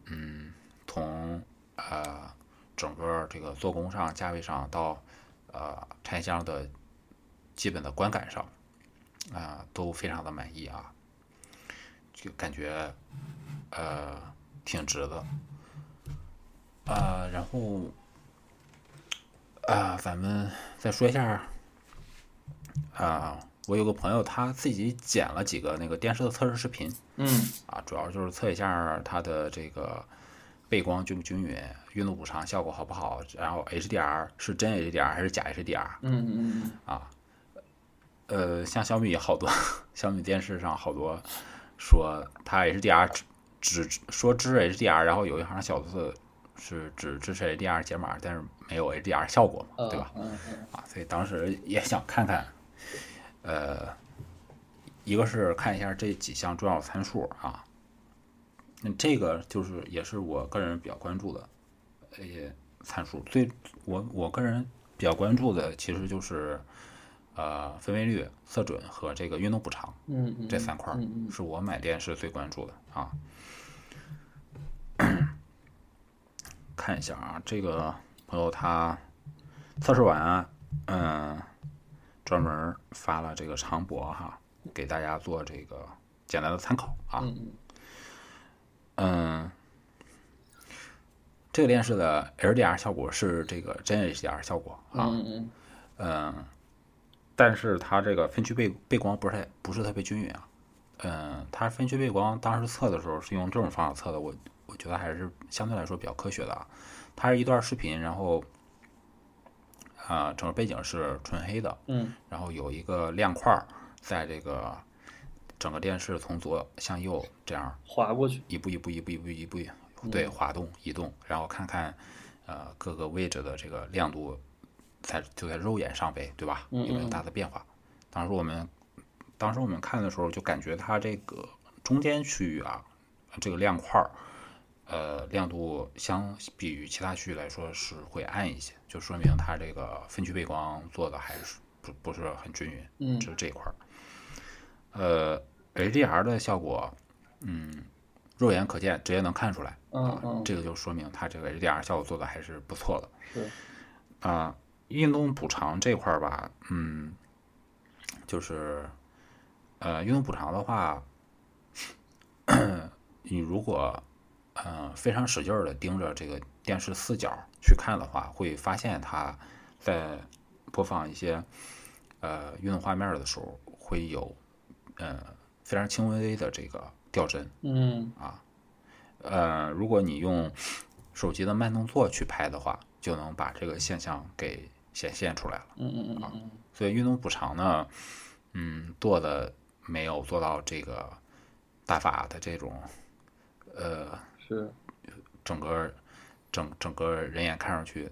Speaker 3: 嗯，从呃整个这个做工上、价位上到呃拆箱的基本的观感上啊、都非常的满意啊，就感觉呃挺值的。呃，然后啊、咱们再说一下啊、我有个朋友他自己剪了几个那个电视的测试视频
Speaker 4: 嗯
Speaker 3: 啊，主要就是测一下它的这个背光均不均匀、运动补偿效果好不好，然后 HDR 是真 HDR 还是假 HDR
Speaker 4: 嗯嗯
Speaker 3: 啊？呃，像小米好多，小米电视上好多说它 HDR 只只说支持 HDR，然后有一行小字是只支持 HDR 解码，但是没有 HDR 效果嘛，
Speaker 4: 嗯，
Speaker 3: 对吧？
Speaker 4: 嗯？嗯
Speaker 3: 啊，所以当时也想看看，呃，一个是看一下这几项重要参数啊，那这个就是也是我个人比较关注的呃也参数。最我我个人比较关注的其实就是呃分辨率、色准和这个运动补偿
Speaker 4: 嗯嗯，
Speaker 3: 这三块儿
Speaker 4: 嗯嗯
Speaker 3: 是我买电视最关注的啊。 看一下啊，这个朋友他测试完，嗯，专门发了这个长博哈，给大家做这个简单的参考啊。
Speaker 4: 嗯嗯
Speaker 3: 嗯，这个电视的 HDR 效果是这个真 HDR 效果啊，
Speaker 4: 嗯嗯
Speaker 3: 嗯，但是它这个分区背背光不是太不是特别均匀啊。嗯，它分区背光当时测的时候是用这种方法测的，我我觉得还是相对来说比较科学的啊。它是一段视频，然后啊、整个背景是纯黑的，
Speaker 4: 嗯
Speaker 3: 然后有一个亮块儿在这个整个电视从左向右这样
Speaker 4: 划过去，
Speaker 3: 一步一步一步一步一步对滑动移动，然后看看呃各个位置的这个亮度在就在肉眼上呗，对吧？有没有大的变化？当时我们当时我们看的时候就感觉它这个中间区域啊，这个亮块儿。呃，亮度相比于其他区域来说是会暗一些，就说明它这个分区背光做的还是不不是很均匀。
Speaker 4: 嗯
Speaker 3: 这是这一块儿。呃，HDR 的效果，嗯，肉眼可见，直接能看出来
Speaker 4: 嗯
Speaker 3: 啊，
Speaker 4: 嗯，
Speaker 3: 这个就说明它这个 HDR 效果做的还是不错的
Speaker 4: 是，
Speaker 3: 啊。运动补偿这块儿吧，嗯，就是呃，运动补偿的话， 你如果呃非常使劲儿的盯着这个电视四角去看的话，会发现它在播放一些呃运动画面儿的时候，会有呃非常轻微的这个掉帧。
Speaker 4: 嗯
Speaker 3: 呃，如果你用手机的慢动作去拍的话，就能把这个现象给显现出来了。
Speaker 4: 嗯嗯嗯嗯
Speaker 3: 所以运动补偿呢，嗯，做的没有做到这个大法的这种，呃，
Speaker 4: 是，
Speaker 3: 整个整整个人眼看上去，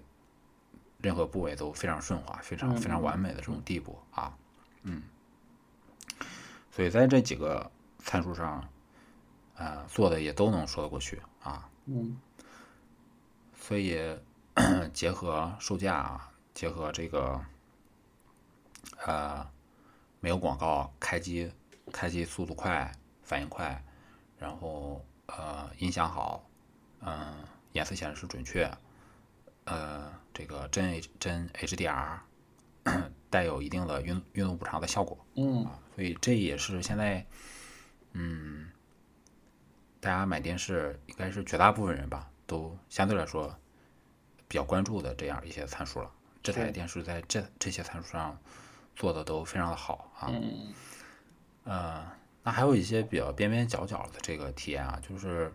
Speaker 3: 任何部位都非常顺滑，非常非常完美的这种地步啊，嗯，所以在这几个参数上，呃，做的也都能说得过去啊，
Speaker 4: 嗯
Speaker 3: 所以 结合售价啊，结合这个呃没有广告，开机开机速度快，反应快，然后呃音响好，嗯、颜色显示准确，呃这个真 H 真 HDR 带有一定的运运动补偿的效果，啊
Speaker 4: 嗯
Speaker 3: 所以这也是现在，嗯，大家买电视应该是绝大部分人吧，都相对来说比较关注的这样一些参数了。这台电视在这这些参数上做的都非常的好啊。
Speaker 4: 嗯
Speaker 3: 呃，那还有一些比较边边角角的这个体验啊，就是，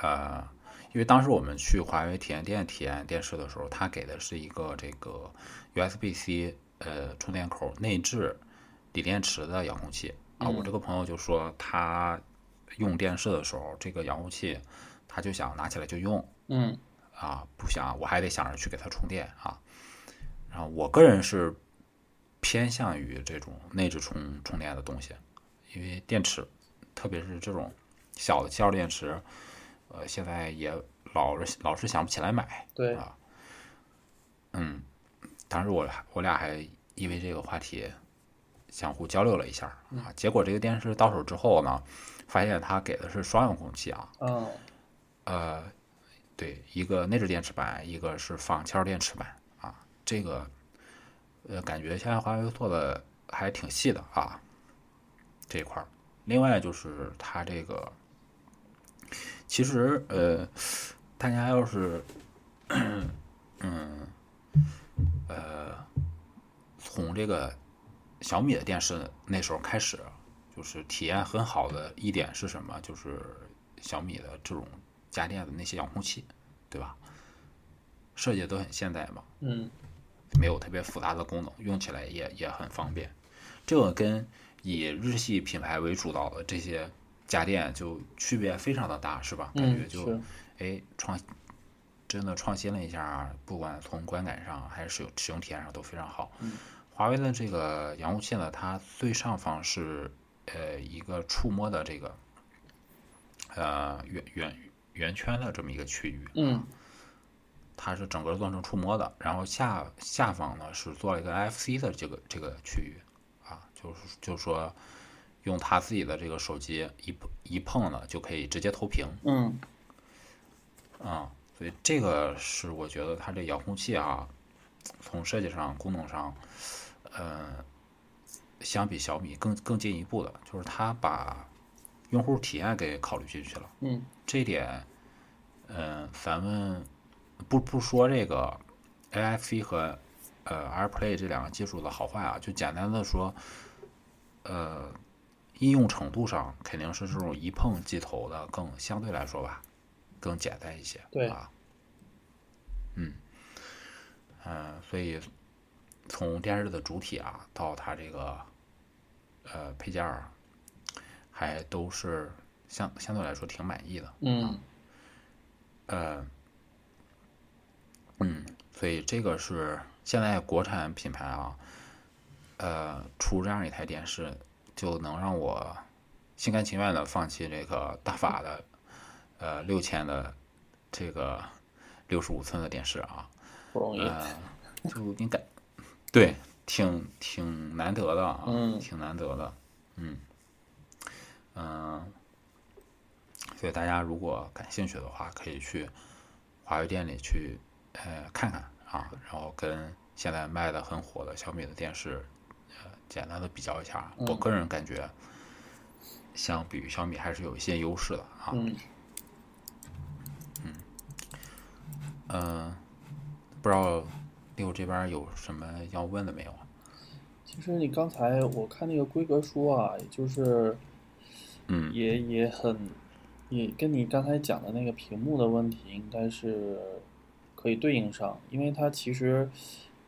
Speaker 3: 呃，因为当时我们去华为体验店体验电视的时候，它给的是一个这个 USB-C 呃充电口内置锂电池的遥控器啊。我这个朋友就说他用电视的时候，这个遥控器他就想拿起来就用，
Speaker 4: 嗯
Speaker 3: 啊，不想，我还得想着去给它充电啊。然后我个人是偏向于这种内置充充电的东西，因为电池，特别是这种小的七号电池，呃，现在也老是老是想不起来买。
Speaker 4: 对
Speaker 3: 啊，嗯，当时我还我俩还因为这个话题相互交流了一下啊，结果这个电视到手之后呢，发现它给的是双遥控器啊，
Speaker 4: 嗯
Speaker 3: 呃，对，一个内置电池板，一个是放嵌入电池板啊。这个，呃，感觉现在华为做的还挺细的啊，这一块儿。另外就是它这个，其实呃，大家要是，嗯，呃，从这个小米的电视那时候开始，就是体验很好的一点是什么？就是小米的这种家电的那些遥控器，对吧？设计得都很现代嘛，
Speaker 4: 嗯
Speaker 3: 没有特别复杂的功能，用起来也也很方便。这个跟以日系品牌为主导的这些家电就区别非常的大，是吧？感觉
Speaker 4: 嗯，，
Speaker 3: 就是哎，创真的创新了一下，啊不管从观感上还是使使用体验上都非常好。
Speaker 4: 嗯
Speaker 3: 华为的这个遥控器呢，它最上方是呃一个触摸的这个呃圆圆圆圈的这么一个区域，
Speaker 4: 嗯
Speaker 3: 它是整个做成触摸的，然后下下方呢是做了一个 FC 的这个这个区域，啊，就是就是说用他自己的这个手机一碰一碰呢就可以直接投屏，
Speaker 4: 嗯
Speaker 3: 啊、所以这个是我觉得它这遥控器啊，从设计上、功能上，呃，相比小米更更进一步的，就是它把用户体验给考虑进去了。
Speaker 4: 嗯
Speaker 3: 这一点，嗯、咱们不不说这个 AFC 和呃 AirPlay 这两个技术的好坏啊，就简单的说，呃，应用程度上肯定是这种一碰即投的更相对来说吧，更简单一些。
Speaker 4: 对
Speaker 3: 啊，嗯，嗯、所以从电视的主体啊，到它这个呃配件儿啊，还都是相相对来说挺满意的。
Speaker 4: 嗯
Speaker 3: 呃，嗯，所以这个是现在国产品牌啊，呃，出这样一台电视，就能让我心甘情愿的放弃这个大法的，呃，六千的这个六十五寸的电视啊，
Speaker 4: 不容易，
Speaker 3: 呃，就你感，对，挺挺难得的啊，
Speaker 4: 嗯
Speaker 3: 挺难得的，嗯，嗯、所以大家如果感兴趣的话，可以去华为店里去呃看看啊，然后跟现在卖的很火的小米的电视，呃，简单的比较一下，我个人感觉，相比于小米还是有一些优势的啊，
Speaker 4: 嗯
Speaker 3: 嗯，不知道六这边有什么要问的没有啊？
Speaker 4: 其实你刚才我看那个规格书啊，也就是
Speaker 3: 嗯
Speaker 4: 也也很，也跟你刚才讲的那个屏幕的问题应该是可以对应上，因为它其实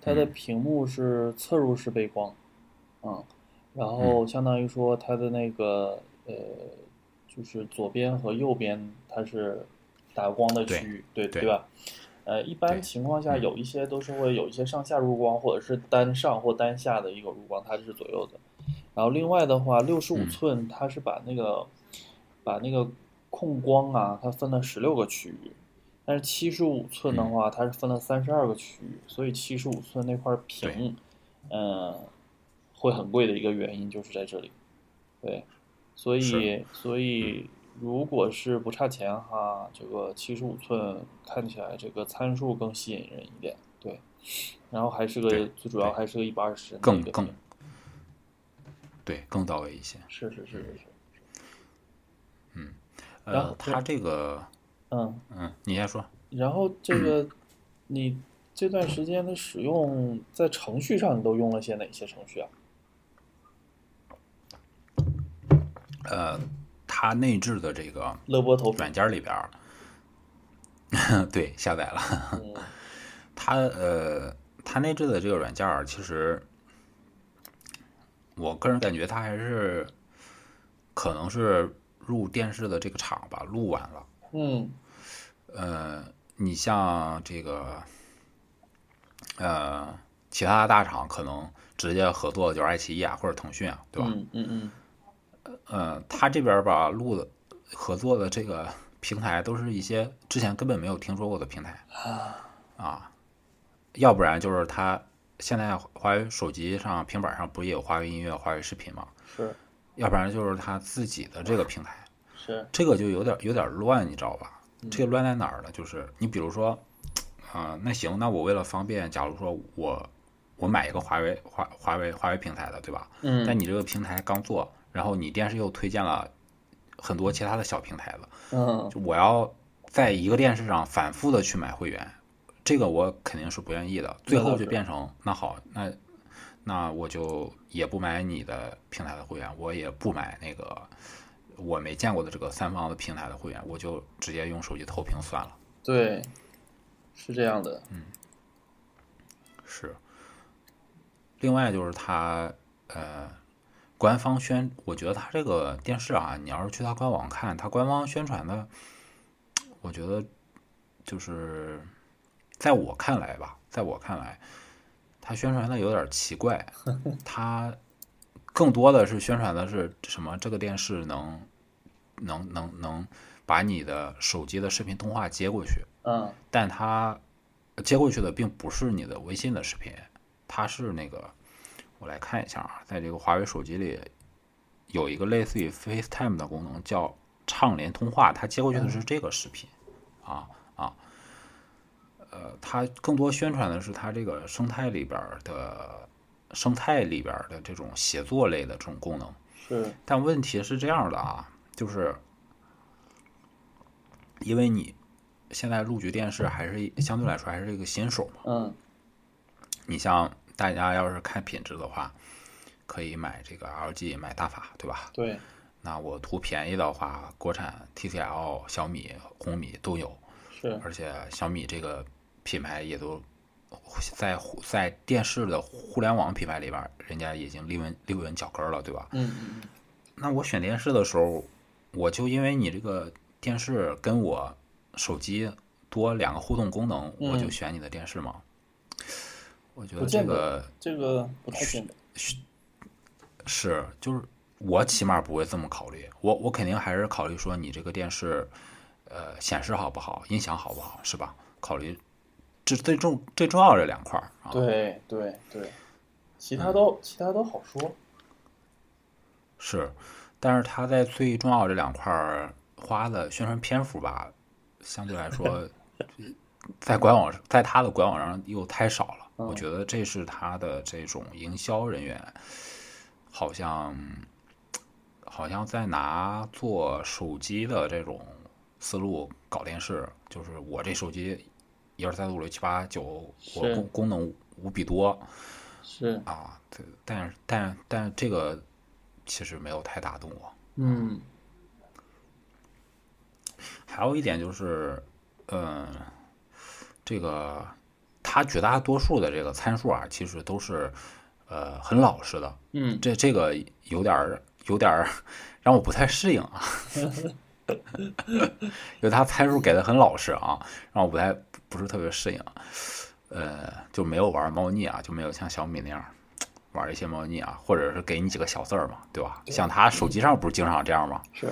Speaker 4: 它的
Speaker 3: 嗯
Speaker 4: 屏幕是侧入式背光，嗯，然后相当于说它的那个呃，就是左边和右边它是打光的区域，对
Speaker 3: 对
Speaker 4: 吧？呃，一般
Speaker 3: 对嗯
Speaker 4: 情况下有一些都是会有一些上下入光，或者是单上或单下的一个入光，它是左右的。然后另外的话，六十五
Speaker 3: 嗯
Speaker 4: 寸它是把那个、把那个控光啊，它分了十六个区域，但是七十五寸
Speaker 3: 嗯
Speaker 4: 的话，它是分了三十二个区域，所以七十五寸那块屏，嗯、会很贵的一个原因就是在这里。对，所以
Speaker 3: 是嗯
Speaker 4: 所以如果是不差钱哈，这个七十五寸看起来这个参数更吸引人一点，对。然后还是个
Speaker 3: 对
Speaker 4: 最主要
Speaker 3: 对
Speaker 4: 还是个一百二十
Speaker 3: 更更对更到位一些。
Speaker 4: 是是是是是，然
Speaker 3: 呃
Speaker 4: 后，
Speaker 3: 它这个，
Speaker 4: 嗯。
Speaker 3: 嗯，你先说，
Speaker 4: 然后这个你这段时间的使用，在程序上你都用了些哪些程序啊？
Speaker 3: 呃，它内置的这个
Speaker 4: 乐播投屏，
Speaker 3: 软件里边儿， 对，下载了。
Speaker 4: 嗯
Speaker 3: 它呃，它内置的这个软件儿，其实我个人感觉它还是可能是入电视的这个厂吧，录晚了。
Speaker 4: 嗯
Speaker 3: 呃，你像这个呃，其他的大厂可能直接合作就是爱奇艺啊或者腾讯啊，对吧？
Speaker 4: 嗯嗯嗯，
Speaker 3: 呃，他这边儿吧录的合作的这个平台都是一些之前根本没有听说过的平台啊，要不然就是他现在华为手机上、平板上不是也有华为音乐、华为视频嘛？
Speaker 4: 是
Speaker 3: 要不然就是他自己的这个平台，
Speaker 4: 是，
Speaker 3: 这个就有点有点乱，你知道吧？这个乱在哪儿呢？就是你比如说，啊、那行，那我为了方便，假如说我我买一个华为华华为华为平台的，对吧？
Speaker 4: 嗯
Speaker 3: 但你这个平台刚做，然后你电视又推荐了很多其他的小平台了，
Speaker 4: 嗯
Speaker 3: 就我要在一个电视上反复的去买会员，这个我肯定是不愿意的。最
Speaker 4: 那倒
Speaker 3: 后就是变成那好，那那我就也不买你的平台的会员，我也不买那个我没见过的这个三方的平台的会员，我就直接用手机投屏算了。
Speaker 4: 对，是这样的，
Speaker 3: 是。另外就是它，呃，官方宣，我觉得它这个电视啊，你要是去它官网看，它官方宣传的，我觉得就是在我看来吧，在我看来，它宣传的有点奇怪，它更多的是宣传的是什么？这个电视能能能能把你的手机的视频通话接过去，
Speaker 4: 嗯
Speaker 3: 但它接过去的并不是你的微信的视频，它是那个，我来看一下啊，在这个华为手机里有一个类似于 FaceTime 的功能，叫畅联通话，它接过去的是这个视频，啊啊，呃，它更多宣传的是它这个生态里边儿的生态里边儿的这种协作类的这种功能。
Speaker 4: 是，
Speaker 3: 但问题是这样的啊，就是因为你现在入局电视还是相对来说还是一个新手嘛，
Speaker 4: 嗯
Speaker 3: 你像大家要是看品质的话，可以买这个 LG 买大法，对吧？
Speaker 4: 对，
Speaker 3: 那我图便宜的话，国产 TCL、小米、红米都有，
Speaker 4: 是
Speaker 3: 而且小米这个品牌也都在互在电视的互联网品牌里边儿，人家已经立稳立稳脚跟儿了，对吧？
Speaker 4: 嗯嗯嗯
Speaker 3: 那我选电视的时候，我就因为你这个电视跟我手机多两个互动功能，
Speaker 4: 嗯
Speaker 3: 我就选你的电视嘛。我觉
Speaker 4: 不
Speaker 3: 得
Speaker 4: 见
Speaker 3: 这
Speaker 4: 得
Speaker 3: 个
Speaker 4: 这个不太简单，
Speaker 3: 是，就是我起码不会这么考虑，我我肯定还是考虑说你这个电视，呃，显示好不好，音响好不好，是吧？考虑这最重最重要这两块儿啊。
Speaker 4: 对对对，其
Speaker 3: 嗯
Speaker 4: 他都其他都好说，
Speaker 3: 是，但是他在最重要这两块儿花的宣传篇幅吧，相对来 说，在官网在他的官网上又太少了。我
Speaker 4: 嗯
Speaker 3: 觉得这是他的这种营销人员，好像好像在拿做手机的这种思路搞电视，就是我这手机一二三四五六七八九，
Speaker 4: 是
Speaker 3: 我功功能无比多，
Speaker 4: 是，
Speaker 3: 啊，对，但是但但这个其实没有太打动我。
Speaker 4: 嗯
Speaker 3: 还有一点就是，嗯，这个它绝大多数的这个参数啊，其实都是呃很老实的。
Speaker 4: 嗯
Speaker 3: 这这个有点儿有点儿 让我不太适应啊， 因为它参数给的很老实啊，让我不太不是特别适应。呃，就没有玩猫腻啊，就没有像小米那样玩一些猫腻啊，或者是给你几个小字儿嘛，对吧？像他手机上不是经常这样吗？
Speaker 4: 是，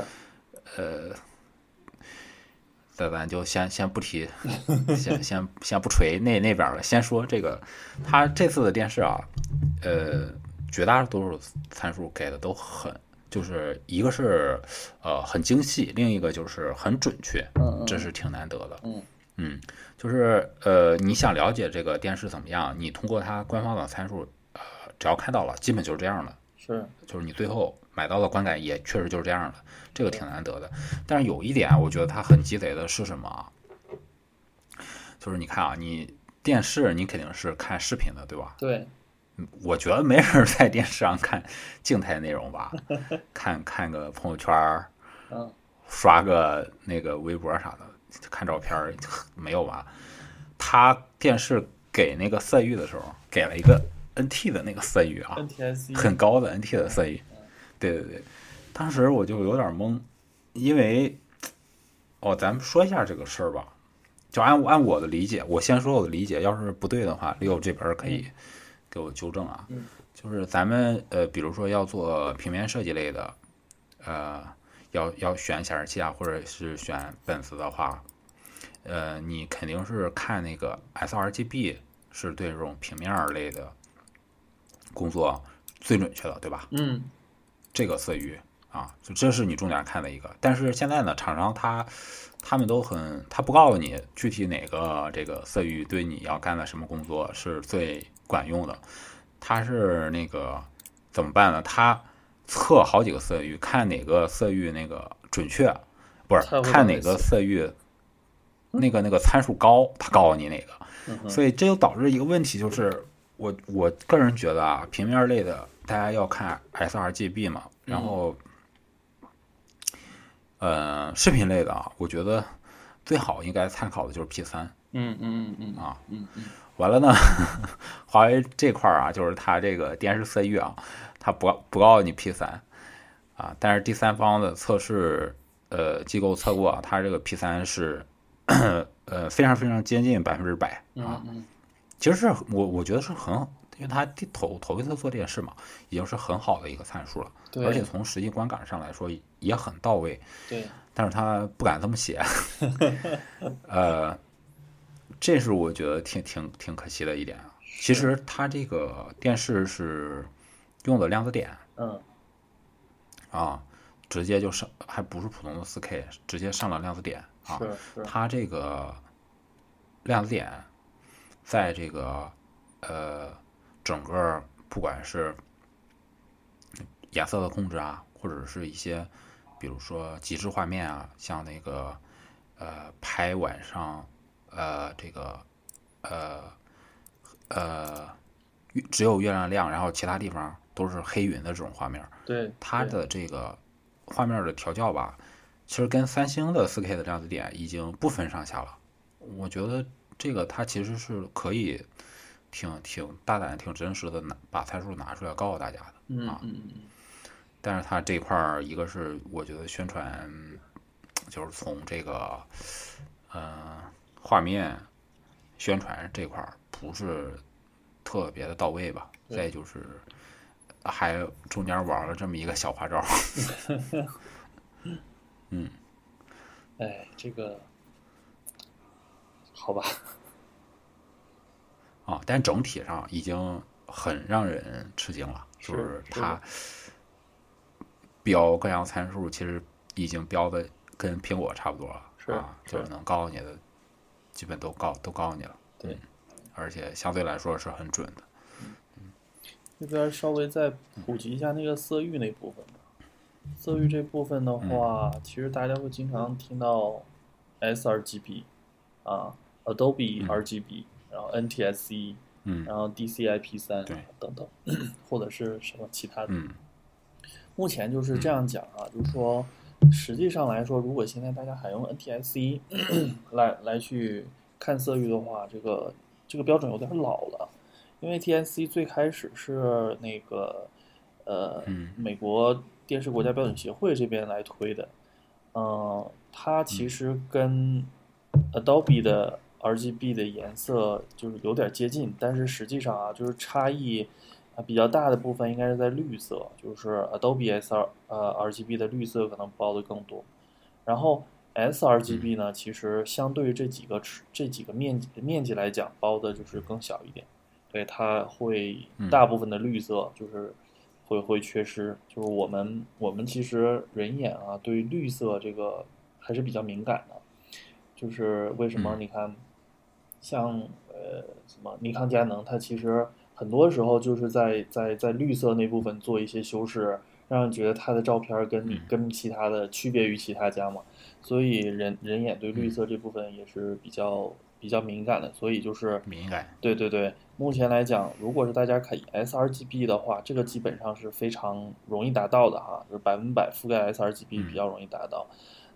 Speaker 3: 咱咱就先先不提， 先先先不锤那那边儿了，先说这个，他这次的电视啊，呃，绝大多数参数给的都很，就是一个是呃很精细，另一个就是很准确，
Speaker 4: 嗯嗯
Speaker 3: 这是挺难得的。
Speaker 4: 嗯
Speaker 3: 嗯，就是呃，你想了解这个电视怎么样，你通过它官方的参数，呃，只要看到了，基本就是这样的。
Speaker 4: 是，
Speaker 3: 就是你最后买到的观感也确实就是这样的，这个挺难得的。但是有一点啊，我觉得它很鸡贼的是什么啊？就是你看啊，你电视你肯定是看视频的，对吧？
Speaker 4: 对，
Speaker 3: 我觉得没人在电视上看静态内容吧，看看个朋友圈儿，
Speaker 4: 嗯，
Speaker 3: 刷个那个微博啥的，看照片儿没有吧？他电视给那个赛域的时候，给了一个 NT 的那个赛域啊，
Speaker 4: NTSC
Speaker 3: 很高的 NT 的赛域，对对对，当时我就有点懵，因为哦，咱们说一下这个事儿吧，就按按我的理解，我先说我的理解，要是不对的话，六这边儿可以给我纠正啊，
Speaker 4: 嗯
Speaker 3: 就是咱们呃，比如说要做平面设计类的，呃，要要选显示器啊，或者是选本子的话，呃，你肯定是看那个 sRGB 是对这种平面儿类的工作最准确的，对吧？
Speaker 4: 嗯，
Speaker 3: 这个色域啊，就这是你重点看的一个。但是现在呢，厂商他他们都很，他不告诉你具体哪个这个色域对你要干的什么工作是最管用的。他是那个怎么办呢？他测好几个色域，看哪个色域那个准确，不是
Speaker 4: 测不
Speaker 3: 看
Speaker 4: 懂
Speaker 3: 哪
Speaker 4: 意
Speaker 3: 个
Speaker 4: 思
Speaker 3: 色域那个那个参数高，他告诉你哪个。
Speaker 4: 嗯哼
Speaker 3: 所以这就导致一个问题，就是我我个人觉得啊，平面类的大家要看 sRGB 嘛，
Speaker 4: 嗯
Speaker 3: 然后，呃，视频类的啊，我觉得最好应该参考的就是 P 三。
Speaker 4: 嗯嗯嗯嗯
Speaker 3: 啊
Speaker 4: 嗯嗯
Speaker 3: 完了呢， 华为这块儿啊，就是它这个电视色域啊，它不不告诉你 P 三啊，但是第三方的测试呃机构测过啊，它这个 P 三是 呃非常非常接近百分之百啊
Speaker 4: 嗯，嗯
Speaker 3: 其实是我我觉得是很，因为它第头头一次做电视嘛，已经是很好的一个参数了，
Speaker 4: 对
Speaker 3: 而且从实际观感上来说也很到位，
Speaker 4: 对，
Speaker 3: 但是他不敢这么写， 呃，这是我觉得挺挺挺可惜的一点啊。其实他这个电视是用的量子点
Speaker 4: 嗯
Speaker 3: 啊，直接就上，还不是普通的 4K，直接上了量子点啊。
Speaker 4: 是是，
Speaker 3: 它这个量子点在这个呃整个不管是颜色的控制啊，或者是一些比如说极致画面啊，像那个呃拍晚上呃这个呃呃月只有月亮亮，然后其他地方都是黑云的这种画面，
Speaker 4: 对
Speaker 3: 它
Speaker 4: 对
Speaker 3: 的这个画面的调教吧，其实跟三星的 4K 的量子点已经不分上下了。我觉得这个它其实是可以挺挺大胆、挺真实的拿把参数拿出来告诉大家的。
Speaker 4: 嗯
Speaker 3: 啊
Speaker 4: 嗯嗯嗯
Speaker 3: 但是它这块儿，一个是我觉得宣传就是从这个呃画面宣传这块儿不是特别的到位吧，
Speaker 4: 对
Speaker 3: 再就是还中间玩了这么一个小花招。
Speaker 4: 哎，这个好吧，
Speaker 3: 啊，但整体上已经很让人吃惊了，就是是
Speaker 4: 是
Speaker 3: 它标各项参数其实已经标的跟苹果差不多了，
Speaker 4: 是
Speaker 3: 啊，就是
Speaker 4: 是
Speaker 3: 能告诉你的基本都告都告诉你了，
Speaker 4: 对
Speaker 3: 嗯，而且相对来说是很准的。
Speaker 4: 这边儿稍微再普及一下那个色域那部分吧。色域这部分的话，其实大家会经常听到 sRGB 啊，Adobe
Speaker 3: 嗯
Speaker 4: RGB，、然后 NTSC，
Speaker 3: 嗯
Speaker 4: 然后 DCI-P 三
Speaker 3: 对
Speaker 4: 等 等，或者是什么其他的。
Speaker 3: 嗯
Speaker 4: 目前就是这样讲啊，就是说，实际上来说，如果现在大家还用 NTSC 来来去看色域的话，这个这个标准有点老了，因为 TSC 最开始是那个呃、
Speaker 3: 嗯
Speaker 4: 美国电视国家标准协会这边来推的，嗯、它其实跟 Adobe 的 RGB 的颜色就是有点接近，但是实际上啊，就是差异啊比较大的部分应该是在绿色，就是 Adobe S R 呃 RGB 的绿色可能包的更多，然后
Speaker 3: 嗯
Speaker 4: sRGB 呢，其实相对于这几个尺这几个面积面积来讲，包的就是更小一点，对，它会
Speaker 3: 嗯
Speaker 4: 大部分的绿色就是会会缺失，就是我们我们其实人眼啊对于绿色这个还是比较敏感的，就是为什么
Speaker 3: 嗯
Speaker 4: 你看，像呃什么尼康、佳能，它其实很多时候就是在在在绿色那部分做一些修饰，让人觉得它的照片儿跟你
Speaker 3: 嗯
Speaker 4: 跟其他的区别于其他家嘛，所以人人眼对绿色这部分也是比较比较敏感的，所以就是
Speaker 3: 敏感，
Speaker 4: 对对对，目前来讲，如果是大家看 sRGB 的话，这个基本上是非常容易达到的哈，就是百分百覆盖 sRGB 比较容易达到。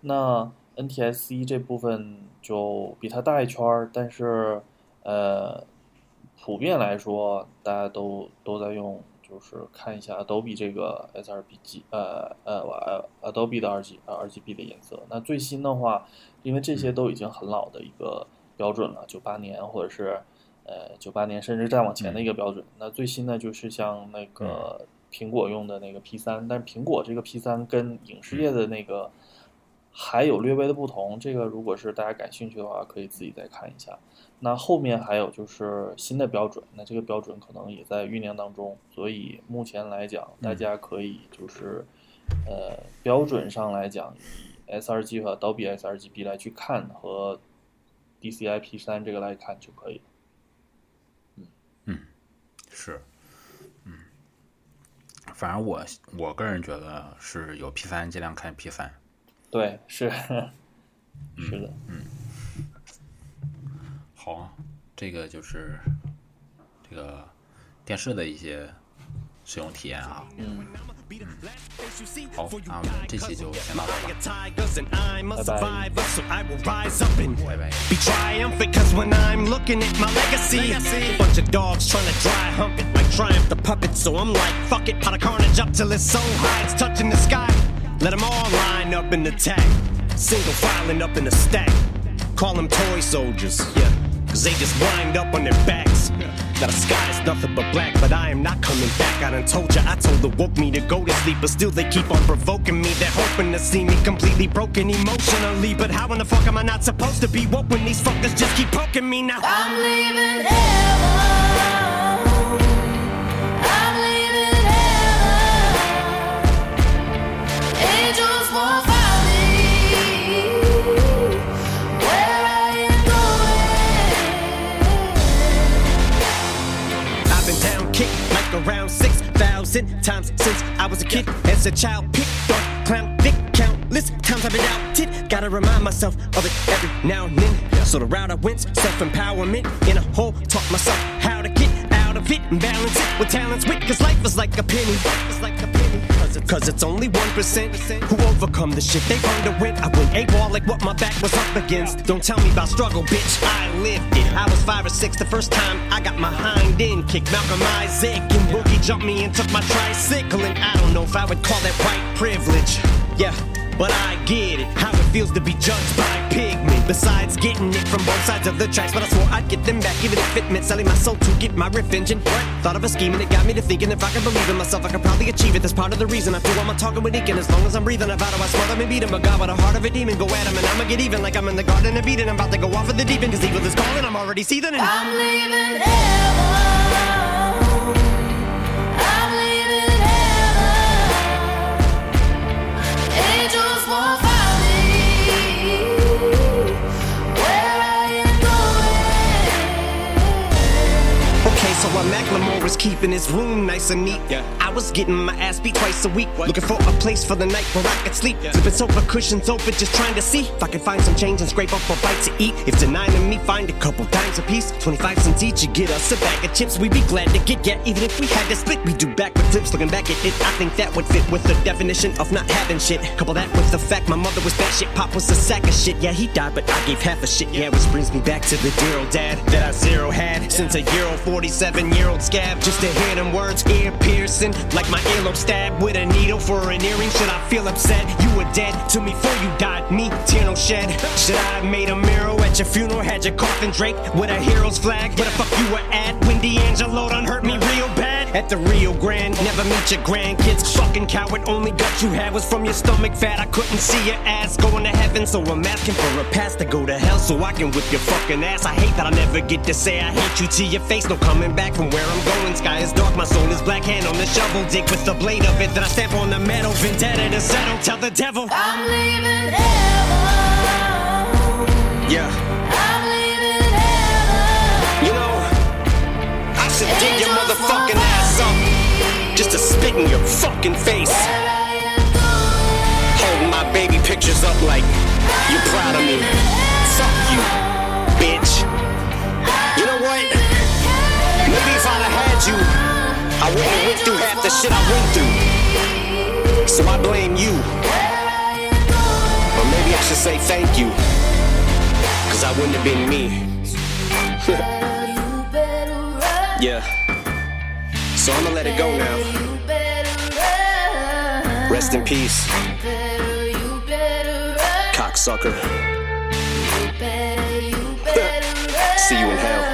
Speaker 4: 那 NTSC 这部分就比它大一圈儿，但是呃，普遍来说，大家都都在用，就是看一下 Adobe 这个 sRGB 呃呃我呃 Adobe 的 RG 呃 RGB 的颜色。那最新的话，因为这些都已经很老的一个标准了，九八年或者是。呃，九八年甚至再往前的一个标准。那最新的就是像那个苹果用的那个 P 三，但苹果这个 P 三跟影视业的那个还有略微的不同。这个如果是大家感兴趣的话，可以自己再看一下。那后面还有就是新的标准，那这个标准可能也在酝酿当中，所以目前来讲，大家可以就是呃标准上来讲，以 sRG 和 Adobe sRGB 来去看和 DCI P 三这个来看就可以了。
Speaker 3: 是，嗯，反正我我个人觉得是有 P 三尽量看 P 三，
Speaker 4: 对，是， 是的，
Speaker 3: 好啊，这个就是这个电视的一些使用体验啊。
Speaker 1: 好，那我们这期就先到这
Speaker 4: 拜
Speaker 1: 儿吧
Speaker 4: 拜。
Speaker 3: 拜拜。
Speaker 1: be triumphant cause when I'm looking at my legacy, bunch of dogs trying to dry hump it like Triumph the puppet. So I'm like, fuck it, pot of carnage up till it's so high it's touching the sky. Let 'em all line up and attack, single filing up in a stack. Call 'em toy soldiers, yeah, cause they just wind up on their backs. Now the sky's nothing but black, but I am not coming back. I done told ya, I told the woke me to go to sleep, but still they keep on provoking me. They're hoping to see me completely broken emotionally. But how in the fuck am I not supposed to be woke when these fuckers just keep poking me now?
Speaker 2: I'm leaving heaven. I'm leaving heaven. Angels won't find me. Where I am going.
Speaker 1: I've been down kicked like around 6,000 times since I was a kid. As a child, picked on, clown, dick, countless times I've been outed. Gotta remind myself of it every now and then. So the route I went, self empowerment in a hole, taught myself how to get out of it and balance it with talents wit. Cause life is like a penny. Life is like a penny. Cause it's, Cause it's only 1% who overcome the shit they've underwent. I went AWOL like what my back was up against. Don't tell me about struggle, bitch. I lived it. I was five or six the first time I got my hind end kicked. Malcolm Isaac and Boogie jumped me and took my tricycle. And I don't know if I would call that white privilege. Yeah, but I get it. How it feels to be judged by pigment. Besides getting it from both sides of the tracks, but I swore I'd get them back, even if it meant selling my soul to get my revenge. And what? Thought of a scheme and it got me to thinking if I could believe in myself, I could probably achieve it. That's part of the reason I feel I'm a talking with Eakin. As long as I'm breathing, I vow to I smother and beat him. But God, with a heart of a demon, go at him and I'ma get even. Like I'm in the garden of Eden, I'm about to go off of the deep end, cause evil is calling, I'm already seething. And
Speaker 2: I'm leaving heaven. I'm leaving heaven. Angels won't find me. Where I am going.
Speaker 1: Okay, so while Macklemore was keeping his room nice and neat, I was getting my ass beat twice a week. Looking for a place for the night where I could sleep. Flipping sofa cushions open, just trying to see if I can find some change and scrape up a bite to eat. If denying me, find a couple dimes apiece. 25 cents each, you get us a bag of chips. We'd be glad to get yeah, even if we had to split. We do backward flips, looking back at it. I think that would fit with the definition of not having shit. Couple that with the fact my mother was that shit, pop was a sack of shit. Yeah, he died, but I gave half a shit. Yeah, which brings me back to the dear old dad that I zero had since a year old 47 year old scab. Just to hear them words, ear piercing, like my earlobe stabbed with a needle for an earring. Should I feel upset? You were dead to me before you died, me, tear no shed. Should I have made a mural at your funeral? Had your coffin draped with a hero's flag? Where the fuck you were at when D'Angelo done hurt me real bad? At the Rio Grande, never meet your grandkids. Fucking coward, only gut you had was from your stomach fat. I couldn't see your ass going to heaven, so I'm asking for a pass to go to hell so I can whip your fucking ass. I hate that I never get to say I hate you to your face. No coming back from where I'm going. Sky is dark, my soul is black. Hand on the shovel, dick with the blade of it. Then I stamp on the metal, vendetta to settle. Tell the devil,
Speaker 2: I'm leaving heaven.
Speaker 1: yeah.
Speaker 2: I'm leaving heaven.
Speaker 1: You know, I should dig your motherfucking ass up just to spit in your fucking face.
Speaker 2: Where I am
Speaker 1: Hold
Speaker 2: going.
Speaker 1: my baby pictures up like you're proud of me. Fuck you, bitch. had you, I wouldn't went through half the shit I went through. So I blame you. Or maybe I should say thank you. Cause I wouldn't have been me.
Speaker 2: You better run.
Speaker 1: Yeah. So I'ma let it go now.
Speaker 2: You better run.
Speaker 1: Rest in peace,
Speaker 2: Better, you better run.
Speaker 1: cocksucker.
Speaker 2: Better, you better run.
Speaker 1: See you in hell.